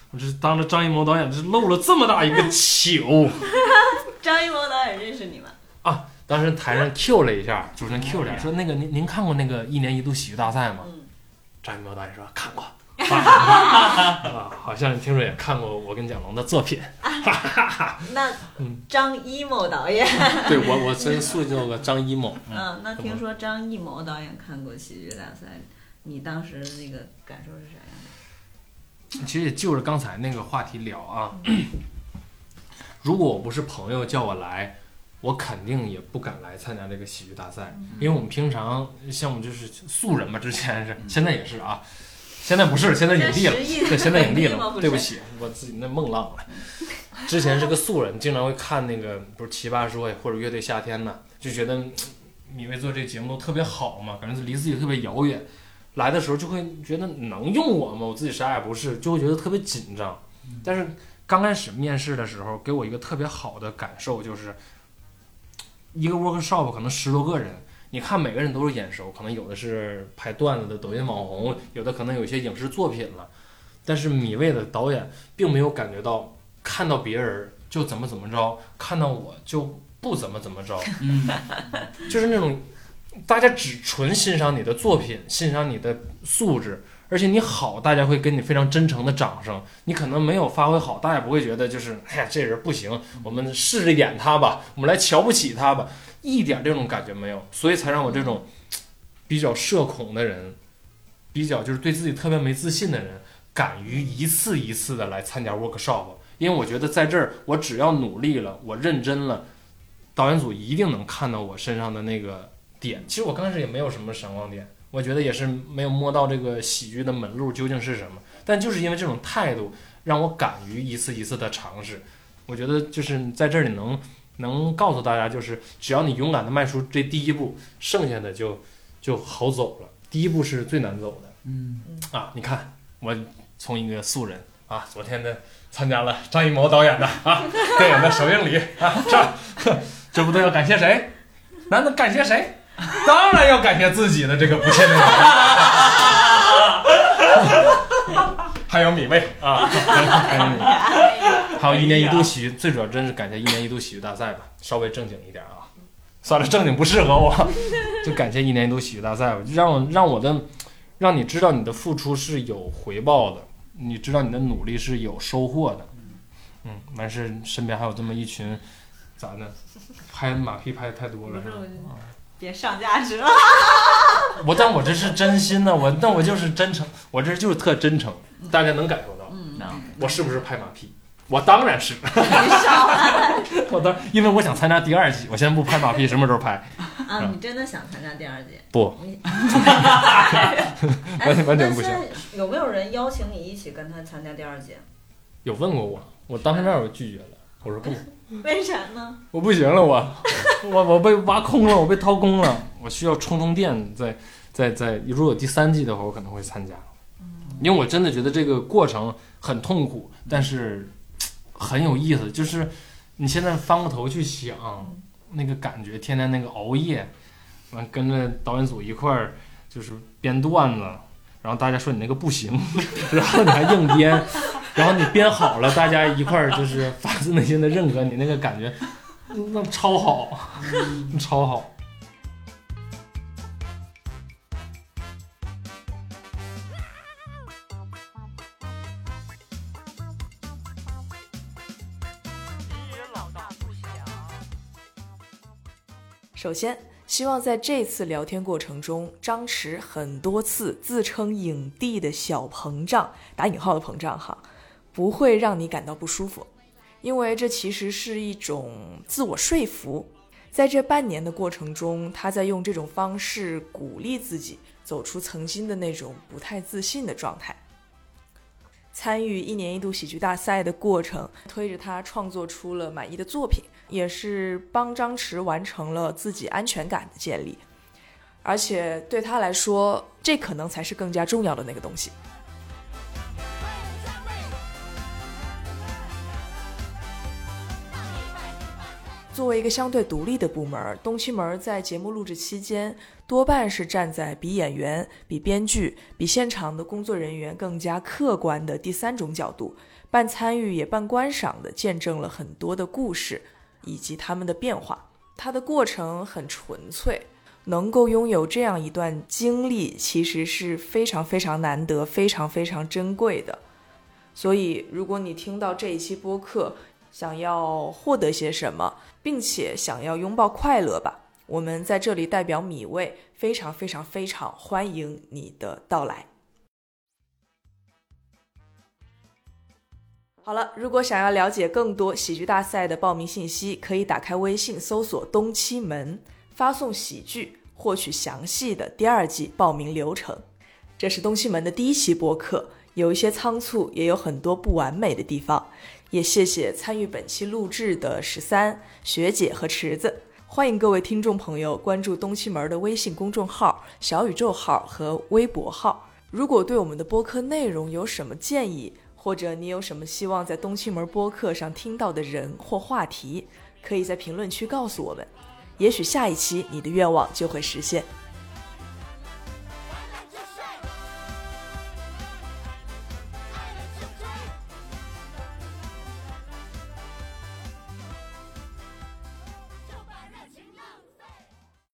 我这当着张艺谋导演，这露了这么大一个糗
张艺谋导演认识你吗？
啊！ *laughs* 当时台上 Q 了一下，主持人 Q 了一下，哦说那个您您看过那个一年一度喜剧大赛吗？
嗯
张艺谋导演说看过，啊，好像听说也看过我跟蒋龙的作品。
那
嗯
张艺谋导演，
对我我真塑造了张艺谋，
嗯，那听说张艺谋导演看过喜剧大赛，你当时那个感受是啥样的？
其实也就是刚才那个话题聊啊。如果我不是朋友叫我来，我肯定也不敢来参加这个喜剧大赛，
嗯
因为我们平常像我们就是素人嘛，之前是，现在也是啊，现在不是，现在影帝了，
现在 *laughs* 实力
对，现在影帝
影帝吗
了
不，是
对不起，我自己那梦浪了。之前是个素人，经常会看那个不是《奇葩说》呀，或者《乐队夏天》呐，就觉得嗯米未做这节目都特别好嘛，感觉离自己特别遥远。来的时候就会觉得能用我吗？我自己啥也不是，就会觉得特别紧张。但是刚开始面试的时候，给我一个特别好的感受，就是一个 workshop 可能十多个人，你看每个人都是眼熟，可能有的是拍段子的抖音网红，有的可能有一些影视作品了，但是米未的导演并没有感觉到看到别人就怎么怎么着，看到我就不怎么怎么着，
嗯，
就是那种大家只纯欣赏你的作品，欣赏你的素质，而且你好，大家会给你非常真诚的掌声。你可能没有发挥好，大家也不会觉得就是哎呀这人不行，我们试着演他吧，我们来瞧不起他吧，一点这种感觉没有，所以才让我这种比较社恐的人，比较就是对自己特别没自信的人，敢于一次一次的来参加 workshop。因为我觉得在这儿，我只要努力了，我认真了，导演组一定能看到我身上的那个点。其实我刚开始也没有什么闪光点，我觉得也是没有摸到这个喜剧的门路究竟是什么。但就是因为这种态度，让我敢于一次一次的尝试。我觉得就是在这里能能告诉大家，就是只要你勇敢的迈出这第一步，剩下的就就好走了。第一步是最难走的
嗯，
啊！你看，我从一个素人啊，昨天的参加了张艺谋导演的啊 *laughs* 电影的首映礼啊，这呵 *laughs* 这不都要感谢谁？难道感谢谁？当然要感谢自己的这个不懈的努力， *laughs* 还有米未啊， *laughs* 还有米未。还有一年一度喜剧，最主要真是感谢一年一度喜剧大赛吧，稍微正经一点啊。算了，正经不适合我， *laughs* 就感谢一年一度喜剧大赛吧，就让我让我的，让你知道你的付出是有回报的，你知道你的努力是有收获的。嗯，完事身边还有这么一群，咋的？
*laughs*
拍马屁拍的太多
不
了是
是
吧？哦
我就别上价值了。
我但我这是真心的，我那我就是真诚，我这就是特真诚，大家能感受到
嗯，
那
我是不是拍马屁？我当然
*laughs*
是， *laughs* 我当因为我想参加第二季，我先不拍马屁，什么时候拍？
啊，你真的想参加第二季？
不 *laughs*
你，哎
完全完全不。行
那现在有没有人邀请你一起跟他参加第二季？
有问过我，我当时面我拒绝了，我说不，
为啥呢？
我不行了，我 *laughs* 我我被挖空了，我被掏空了，我需要充充电，再再再，如果有第三季的话，我可能会参加，因为我真的觉得这个过程很痛苦，但是很有意思，就是你现在翻过头去想那个感觉，天天那个熬夜，完跟着导演组一块儿就是编段子，然后大家说你那个不行， *laughs* 然后你还硬编。然后你编好了，大家一块儿就是发自内心的认可你那个感觉，那超好， *laughs* 超好。
首先，希望在这次聊天过程中，张弛很多次自称影帝的小膨胀（打引号的膨胀哈），不会让你感到不舒服，因为这其实是一种自我说服。在这半年的过程中，他在用这种方式鼓励自己走出曾经的那种不太自信的状态。参与一年一度喜剧大赛的过程，推着他创作出了满意的作品，也是帮张弛完成了自己安全感的建立。而且对他来说，这可能才是更加重要的那个东西。作为一个相对独立的部门，东西门在节目录制期间，多半是站在比演员、比编剧、比现场的工作人员更加客观的第三种角度，半参与也半观赏的见证了很多的故事以及他们的变化。它的过程很纯粹，能够拥有这样一段经历，其实是非常非常难得、非常非常珍贵的。所以，如果你听到这一期播客，想要获得些什么，并且想要拥抱快乐吧。我们在这里代表米味，非常非常非常欢迎你的到来。好了，如果想要了解更多喜剧大赛的报名信息，可以打开微信搜索“东七门”，发送“喜剧”，获取详细的第二季报名流程。这是东七门的第一期播客，有一些仓促，也有很多不完美的地方。也谢谢参与本期录制的十三学姐和池子。欢迎各位听众朋友关注东七门的微信公众号、小宇宙号和微博号。如果对我们的播客内容有什么建议，或者你有什么希望在东七门播客上听到的人或话题，可以在评论区告诉我们。也许下一期你的愿望就会实现。